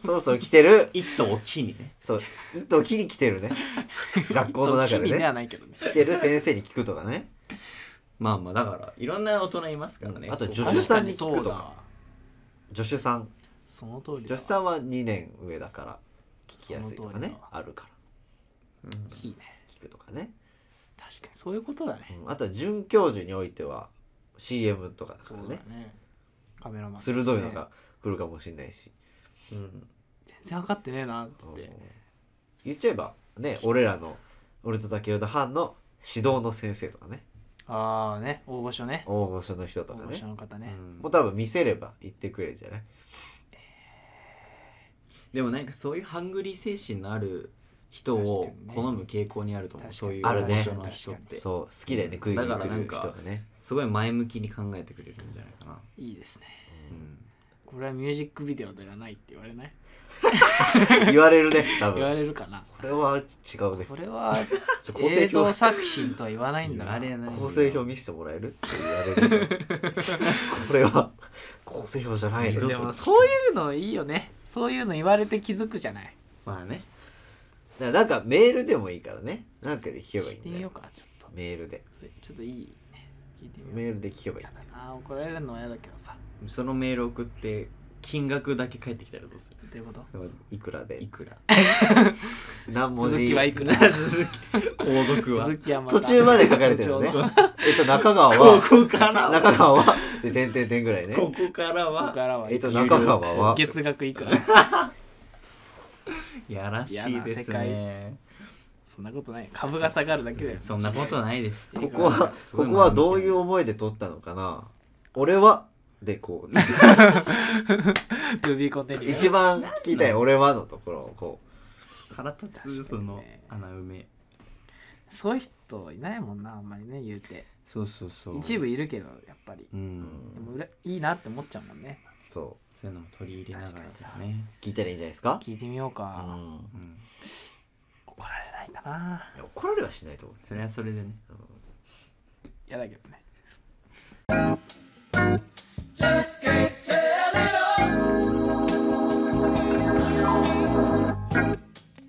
[SPEAKER 1] てそろそろ来てる
[SPEAKER 3] 一頭を木にね
[SPEAKER 1] そう糸を木に来てるね学校の中で
[SPEAKER 2] 君では
[SPEAKER 1] ね
[SPEAKER 2] ないけどね
[SPEAKER 1] 来てる先生に聞くとかね
[SPEAKER 3] まあまあだからいろんな大人いますからね
[SPEAKER 1] あと助手
[SPEAKER 3] 女
[SPEAKER 1] さんに聞くとか
[SPEAKER 2] 確にそうだわ
[SPEAKER 1] 助手さん
[SPEAKER 2] その通り
[SPEAKER 1] 助手
[SPEAKER 2] ん
[SPEAKER 1] さんは2年上だから聞きやすいとか
[SPEAKER 2] その通
[SPEAKER 1] ね
[SPEAKER 2] りだわ
[SPEAKER 1] あるから
[SPEAKER 2] いいね
[SPEAKER 1] 聞くとかね
[SPEAKER 2] 確かにそういうことだね
[SPEAKER 1] うんあとは准教授においては CM とかです
[SPEAKER 2] そ
[SPEAKER 1] か
[SPEAKER 2] う
[SPEAKER 1] ら
[SPEAKER 2] だ
[SPEAKER 1] ね
[SPEAKER 2] ねカメラマンとかね
[SPEAKER 1] 鋭いのが来るかもしれないし、
[SPEAKER 2] 全然分かってねえなって言
[SPEAKER 1] う
[SPEAKER 2] って
[SPEAKER 1] ん言っちゃえばね俺らの俺と竹雄の班の指導の先生とかね
[SPEAKER 2] ああね大御所ね
[SPEAKER 1] 大御所の人と
[SPEAKER 2] 大
[SPEAKER 1] か
[SPEAKER 2] 御
[SPEAKER 1] ね
[SPEAKER 2] 所の方ね、
[SPEAKER 1] もう多分見せれば言ってくれるじゃない
[SPEAKER 3] でもなんかそういうハングリー精神のある人を
[SPEAKER 2] 確かにね
[SPEAKER 3] 好む傾向にあると思
[SPEAKER 2] 確か
[SPEAKER 3] う、
[SPEAKER 2] に
[SPEAKER 3] そういう
[SPEAKER 1] あるね
[SPEAKER 3] 大御所の人って
[SPEAKER 1] そう好きだよね食いに来
[SPEAKER 3] だからな
[SPEAKER 1] る
[SPEAKER 3] ん
[SPEAKER 1] 人
[SPEAKER 3] か
[SPEAKER 1] がね
[SPEAKER 3] すごい前向きに考えてくれるんじゃないかな、
[SPEAKER 2] いいですね
[SPEAKER 3] うん
[SPEAKER 2] これはミュージックビデオではないって言われない
[SPEAKER 1] 言われるね多
[SPEAKER 2] 言わ
[SPEAKER 1] 分
[SPEAKER 2] れるかな
[SPEAKER 1] これは違うね
[SPEAKER 2] こ れは
[SPEAKER 1] ちょ構成
[SPEAKER 2] 映像
[SPEAKER 1] 表
[SPEAKER 2] 作品とは言わないんだな
[SPEAKER 3] あれやないよ
[SPEAKER 1] 構成表見せてもらえるって言われる ねこれは構成表じゃないの
[SPEAKER 2] でもそういうのいいよねそういうの言われて気づくじゃない
[SPEAKER 3] まあね
[SPEAKER 1] だからなんかメールでもいいからねなんかで聞けばい
[SPEAKER 2] 聞い
[SPEAKER 1] い
[SPEAKER 2] て
[SPEAKER 1] んだ
[SPEAKER 2] みよ
[SPEAKER 1] よ
[SPEAKER 2] うかちょっと
[SPEAKER 1] メールで
[SPEAKER 2] それちょっといいね聞いてみよ
[SPEAKER 1] メールで聞けば
[SPEAKER 2] う
[SPEAKER 1] いい
[SPEAKER 2] やだな怒られるのは嫌だけどさ
[SPEAKER 3] そのメール送って金額だけ返ってきたらどうす
[SPEAKER 2] どういうこと
[SPEAKER 3] る
[SPEAKER 1] いくらで
[SPEAKER 3] いく ら
[SPEAKER 1] 何文字
[SPEAKER 2] 続きは いくら
[SPEAKER 3] 続き購読は
[SPEAKER 2] 続きはまた
[SPEAKER 1] 途中まで書かれ てるのね
[SPEAKER 2] 後ほどこ
[SPEAKER 1] えっと中川
[SPEAKER 3] こ
[SPEAKER 1] は
[SPEAKER 3] こからは
[SPEAKER 1] 中川はで点々点ぐらいね
[SPEAKER 3] ここから
[SPEAKER 2] こ
[SPEAKER 3] は
[SPEAKER 2] からは
[SPEAKER 1] えっと中川は
[SPEAKER 2] 月額いくら
[SPEAKER 3] やらしいですね
[SPEAKER 2] そんなことない株が下がるだけ だよ
[SPEAKER 3] そんなことないです
[SPEAKER 1] ここは
[SPEAKER 3] すご
[SPEAKER 1] こ
[SPEAKER 3] い
[SPEAKER 1] こはどういう思いで撮ったのかな俺はでこ う
[SPEAKER 2] To be continued
[SPEAKER 1] 一番聞きたい俺はのところをこ
[SPEAKER 3] 腹立つその穴埋め
[SPEAKER 2] そういう人いないもんなあんまりね言うて
[SPEAKER 3] そうそうそ
[SPEAKER 2] 一部いるけどやっぱり
[SPEAKER 3] う
[SPEAKER 1] う、うん
[SPEAKER 2] で
[SPEAKER 1] ん、
[SPEAKER 2] もうらいいなって思っちゃうもんね
[SPEAKER 1] そ
[SPEAKER 3] そういうのも取り入れながらだね
[SPEAKER 1] う聞いたらいいんじゃないですか、
[SPEAKER 2] 聞いてみよう
[SPEAKER 1] う
[SPEAKER 2] か
[SPEAKER 1] ん、
[SPEAKER 3] うん
[SPEAKER 2] 怒られないかない
[SPEAKER 1] や怒られはしないと思う
[SPEAKER 3] それはそれでね
[SPEAKER 2] 嫌だけどね
[SPEAKER 4] just can't tell it all.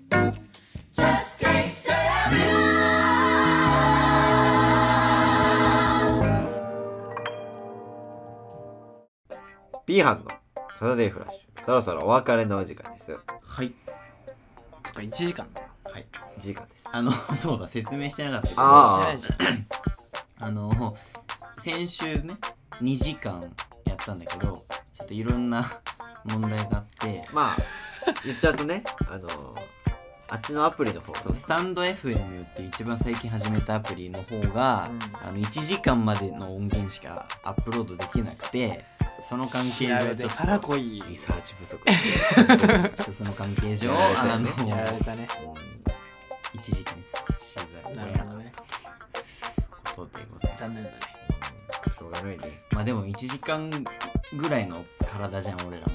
[SPEAKER 4] Just can't tell it all.
[SPEAKER 1] B 班のサタデーフラッシュそろそろお別れのお時間です
[SPEAKER 3] はい
[SPEAKER 2] ちょっと1時間
[SPEAKER 3] はい
[SPEAKER 1] 時間です
[SPEAKER 3] あの そうだ説明してなかったけど
[SPEAKER 1] あ
[SPEAKER 3] あの先週ね2時間やったんだけどちょっといろんな問題があって
[SPEAKER 1] あまあ言っちゃうとねあのあっちのアプリの方
[SPEAKER 3] そうスタンド FM っていう一番最近始めたアプリの方が、あの1時間までの音源しかアップロードできなくてその関係
[SPEAKER 2] 調
[SPEAKER 3] 上
[SPEAKER 2] べ
[SPEAKER 3] ち
[SPEAKER 2] て
[SPEAKER 3] ょっ
[SPEAKER 2] から来い
[SPEAKER 1] リサーチ不足
[SPEAKER 3] とその関係上
[SPEAKER 1] やら
[SPEAKER 3] あ
[SPEAKER 1] れ
[SPEAKER 3] の
[SPEAKER 1] たよね
[SPEAKER 2] やられたね
[SPEAKER 3] 1時間にしざるを得
[SPEAKER 2] な
[SPEAKER 3] な
[SPEAKER 2] る
[SPEAKER 3] かっ
[SPEAKER 2] ほどね
[SPEAKER 3] たことでございます
[SPEAKER 2] 残念だね
[SPEAKER 1] しょうがないね
[SPEAKER 3] まあでも1時間ぐらいの体じゃん俺らも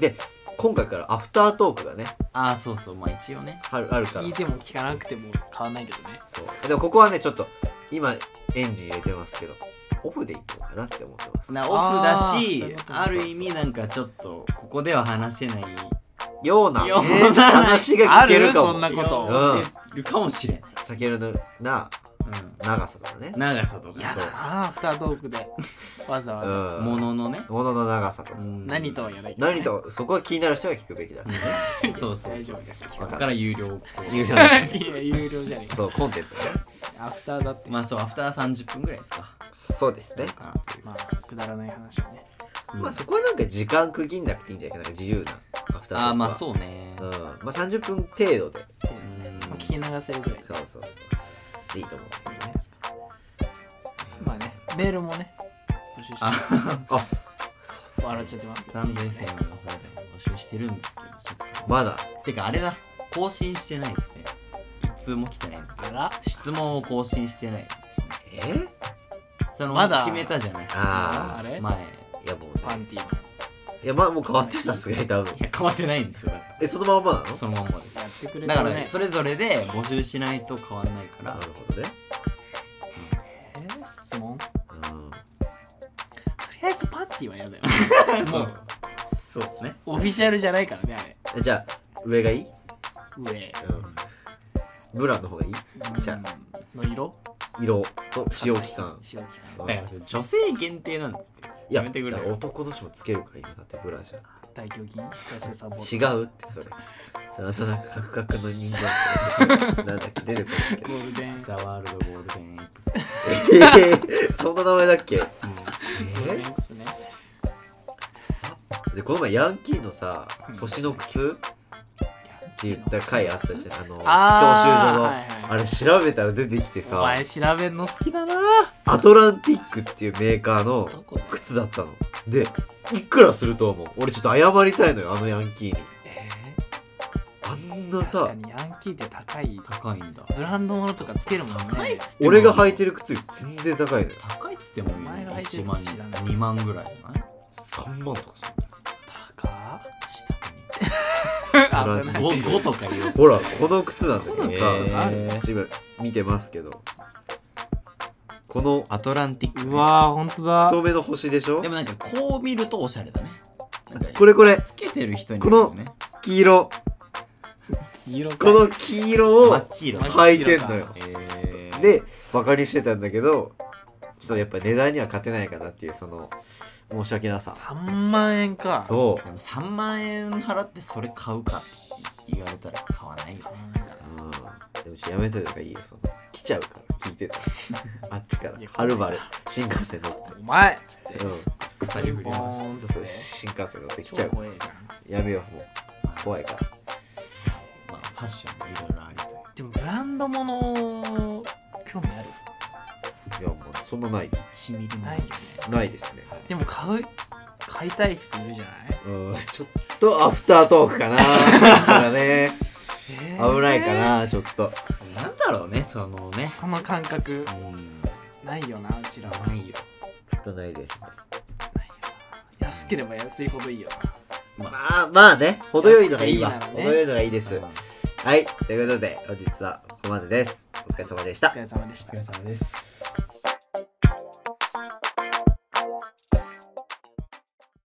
[SPEAKER 1] で今回からアフタートークがね
[SPEAKER 3] ああそうそうまあ一応ね
[SPEAKER 1] あるあるから
[SPEAKER 2] 聞いても聞かなくても変わんないけどね
[SPEAKER 1] そうでもここはねちょっと今エンジン入れてますけどオフでいこうかなって思ってます
[SPEAKER 3] なオフだ
[SPEAKER 2] あー
[SPEAKER 3] し
[SPEAKER 2] そういうことね
[SPEAKER 3] ある意味なんかちょっとここでは話せない
[SPEAKER 1] ような
[SPEAKER 3] ような
[SPEAKER 1] えー話が聞けるか
[SPEAKER 2] あるそ
[SPEAKER 1] も
[SPEAKER 2] んなこと
[SPEAKER 1] うん
[SPEAKER 3] いるかもしれない、
[SPEAKER 1] たけるのな
[SPEAKER 3] う
[SPEAKER 1] 長さだね
[SPEAKER 3] ん、長さと
[SPEAKER 2] や
[SPEAKER 3] か
[SPEAKER 2] だなアフタートークでわざわざ
[SPEAKER 1] うん
[SPEAKER 3] もののね、
[SPEAKER 1] ものの長さとか、
[SPEAKER 3] うん
[SPEAKER 2] 何とは言わないけどね
[SPEAKER 1] 何とそこは気になる人は聞くべきだ、
[SPEAKER 3] そうそう
[SPEAKER 2] 大
[SPEAKER 3] そ
[SPEAKER 2] 丈
[SPEAKER 3] う
[SPEAKER 2] 夫です
[SPEAKER 3] ここから有料
[SPEAKER 1] 有料
[SPEAKER 2] いや有料じゃねえか
[SPEAKER 1] そうコンテンツだね
[SPEAKER 2] アフターだって
[SPEAKER 3] まあそうアフター30分ぐらいですか
[SPEAKER 1] そうですね、
[SPEAKER 3] かなという
[SPEAKER 2] まあくだらない話はね
[SPEAKER 3] うん
[SPEAKER 1] まあそこはなんか時間区切んなくていいんじゃないかな自由なアフタートークは
[SPEAKER 3] ああまあそうね
[SPEAKER 1] うんまあ30分程度で
[SPEAKER 3] うん
[SPEAKER 2] まあ聞き流せるぐらい
[SPEAKER 1] そうそうそうでいいと思うんでね
[SPEAKER 2] まあねメールもね募集
[SPEAKER 3] あ
[SPEAKER 2] して
[SPEAKER 1] あ
[SPEAKER 2] 笑っちゃってますけ
[SPEAKER 3] ス
[SPEAKER 2] ど
[SPEAKER 3] タンド FM の方でも募集してるんですけどちょっ
[SPEAKER 1] まだ
[SPEAKER 3] とてかあれだ更新してないですね一通も来てない
[SPEAKER 2] あら
[SPEAKER 3] 質問を更新してない
[SPEAKER 1] えー、い
[SPEAKER 3] その
[SPEAKER 2] まだ
[SPEAKER 3] 決めたじゃない
[SPEAKER 1] あ
[SPEAKER 2] ー
[SPEAKER 3] 質問
[SPEAKER 2] あれ
[SPEAKER 3] 前
[SPEAKER 1] やもう
[SPEAKER 2] パ
[SPEAKER 1] ね
[SPEAKER 2] ンティーの
[SPEAKER 1] いやまあもう変わってさすがに多分
[SPEAKER 3] いや変わってないんですよだか
[SPEAKER 1] えそのまんまなの
[SPEAKER 3] らそのまんまです
[SPEAKER 2] やってくれ
[SPEAKER 3] だか
[SPEAKER 2] た
[SPEAKER 3] ら
[SPEAKER 2] ね
[SPEAKER 3] それぞれで募集しないと変わんないから、
[SPEAKER 1] なるほどね
[SPEAKER 2] えー質問と
[SPEAKER 1] うん
[SPEAKER 2] りあえずパンティーは嫌だよ
[SPEAKER 3] もうそうね
[SPEAKER 2] オフィシャルじゃないからねあれ
[SPEAKER 1] えじゃあ上がいい、
[SPEAKER 2] 上
[SPEAKER 1] うん、ブラの方がいいじゃ
[SPEAKER 2] の色
[SPEAKER 1] 色と使用期間
[SPEAKER 2] 使用期間
[SPEAKER 1] う
[SPEAKER 3] だ
[SPEAKER 1] ん
[SPEAKER 3] からそれ女性限定なんだって
[SPEAKER 1] いや
[SPEAKER 3] やめてくれよ
[SPEAKER 1] 男の人もつけるから今だってブラじゃん
[SPEAKER 2] 大胸筋女性サポー
[SPEAKER 1] 違うってそれそれあとなんかカクカクの人間ってやつなんだっけ出てこないけ
[SPEAKER 2] トゴールデン
[SPEAKER 3] ザワールドゴールデン X
[SPEAKER 1] ど えーそんな名前だっけ
[SPEAKER 2] ゴールデンですね
[SPEAKER 1] でこの前ヤンキーのさ「星の靴」って言った回あったじゃんあの教習所の、
[SPEAKER 2] あーはいはい
[SPEAKER 1] あれ調べたら出てきて
[SPEAKER 2] お
[SPEAKER 1] さ
[SPEAKER 2] 前調べんの好きだな
[SPEAKER 1] アトランティックっていうメーカーの
[SPEAKER 2] どこだ
[SPEAKER 1] 靴だったのでいくらすると思う俺ちょっと謝りたいのよあのヤンキーに
[SPEAKER 2] えー
[SPEAKER 1] あんな
[SPEAKER 2] 確か
[SPEAKER 1] さ
[SPEAKER 2] にヤンキーって高い
[SPEAKER 3] 高いんだ
[SPEAKER 2] ブランドものとかつけるもんね
[SPEAKER 3] 高いっつっても
[SPEAKER 1] 俺が履いてる靴より全然高いのよ
[SPEAKER 3] 高いっつっても
[SPEAKER 2] お前が履いて
[SPEAKER 3] 1
[SPEAKER 2] る
[SPEAKER 3] 万
[SPEAKER 2] やつ知らない
[SPEAKER 3] 2万ぐらいじゃない
[SPEAKER 1] 3万とかする
[SPEAKER 2] 高
[SPEAKER 3] 下に
[SPEAKER 2] っ危ない
[SPEAKER 3] 5, 5とか言う
[SPEAKER 1] ほらこの靴なんだけどさ、
[SPEAKER 3] そうなんですか
[SPEAKER 1] 自分見てますけどこの
[SPEAKER 3] アトランティック
[SPEAKER 2] うわーほんとだ
[SPEAKER 1] 太めの星でしょ
[SPEAKER 3] でもなんかこう見るとおしゃれだねなんか
[SPEAKER 1] これこれ
[SPEAKER 3] つけてる人に
[SPEAKER 1] この
[SPEAKER 3] ね
[SPEAKER 1] 黄色
[SPEAKER 2] 黄色
[SPEAKER 1] こ
[SPEAKER 2] か
[SPEAKER 1] の黄色
[SPEAKER 3] 真っ
[SPEAKER 1] を
[SPEAKER 3] 黄色
[SPEAKER 1] 履いてんのよ
[SPEAKER 3] えー、
[SPEAKER 1] でバカにしてたんだけどちょっとやっぱ値段には勝てないかなっていうその申し訳なさ
[SPEAKER 2] 3万円かう
[SPEAKER 1] そ
[SPEAKER 3] でも3万円払ってそれ買うかって言われたら買わないよ
[SPEAKER 1] う、うん、でもちょっとやめといた方がいいよその来ちゃうから聞い てたあっちからはるばる新幹線乗っ
[SPEAKER 2] お前
[SPEAKER 1] て、うん、
[SPEAKER 3] 鎖振りま
[SPEAKER 2] ボ
[SPEAKER 3] し
[SPEAKER 2] ーンっ
[SPEAKER 1] そう
[SPEAKER 2] て
[SPEAKER 1] そう新幹線乗って来ちゃう
[SPEAKER 2] 超怖えじゃん
[SPEAKER 1] やめようもう
[SPEAKER 3] た
[SPEAKER 1] 怖いから
[SPEAKER 3] まあファッションもいろいろありという
[SPEAKER 2] でもブランドもの興味ある
[SPEAKER 1] いやもうそんなない
[SPEAKER 3] 1ミリも
[SPEAKER 2] ないよね
[SPEAKER 1] ないですね
[SPEAKER 2] でも買う買いたい人いるじゃない
[SPEAKER 1] うん ちょっとアフタートークかなだから ね
[SPEAKER 2] えー
[SPEAKER 1] 危ないかなちょっと
[SPEAKER 3] なんだろうねそのね
[SPEAKER 2] その感覚
[SPEAKER 3] うん
[SPEAKER 2] ないよなうちらは
[SPEAKER 3] ないよ
[SPEAKER 1] ないです
[SPEAKER 2] 安ければ安いほどいいよ
[SPEAKER 1] まあまあね程よいのがいいわ
[SPEAKER 2] いいなら
[SPEAKER 1] 程
[SPEAKER 2] ね
[SPEAKER 1] よいのがいいですはいということで本日はここまでですお疲れ様でし
[SPEAKER 2] な
[SPEAKER 1] た
[SPEAKER 2] お疲れ様でし
[SPEAKER 3] お
[SPEAKER 2] た
[SPEAKER 3] 疲れ様です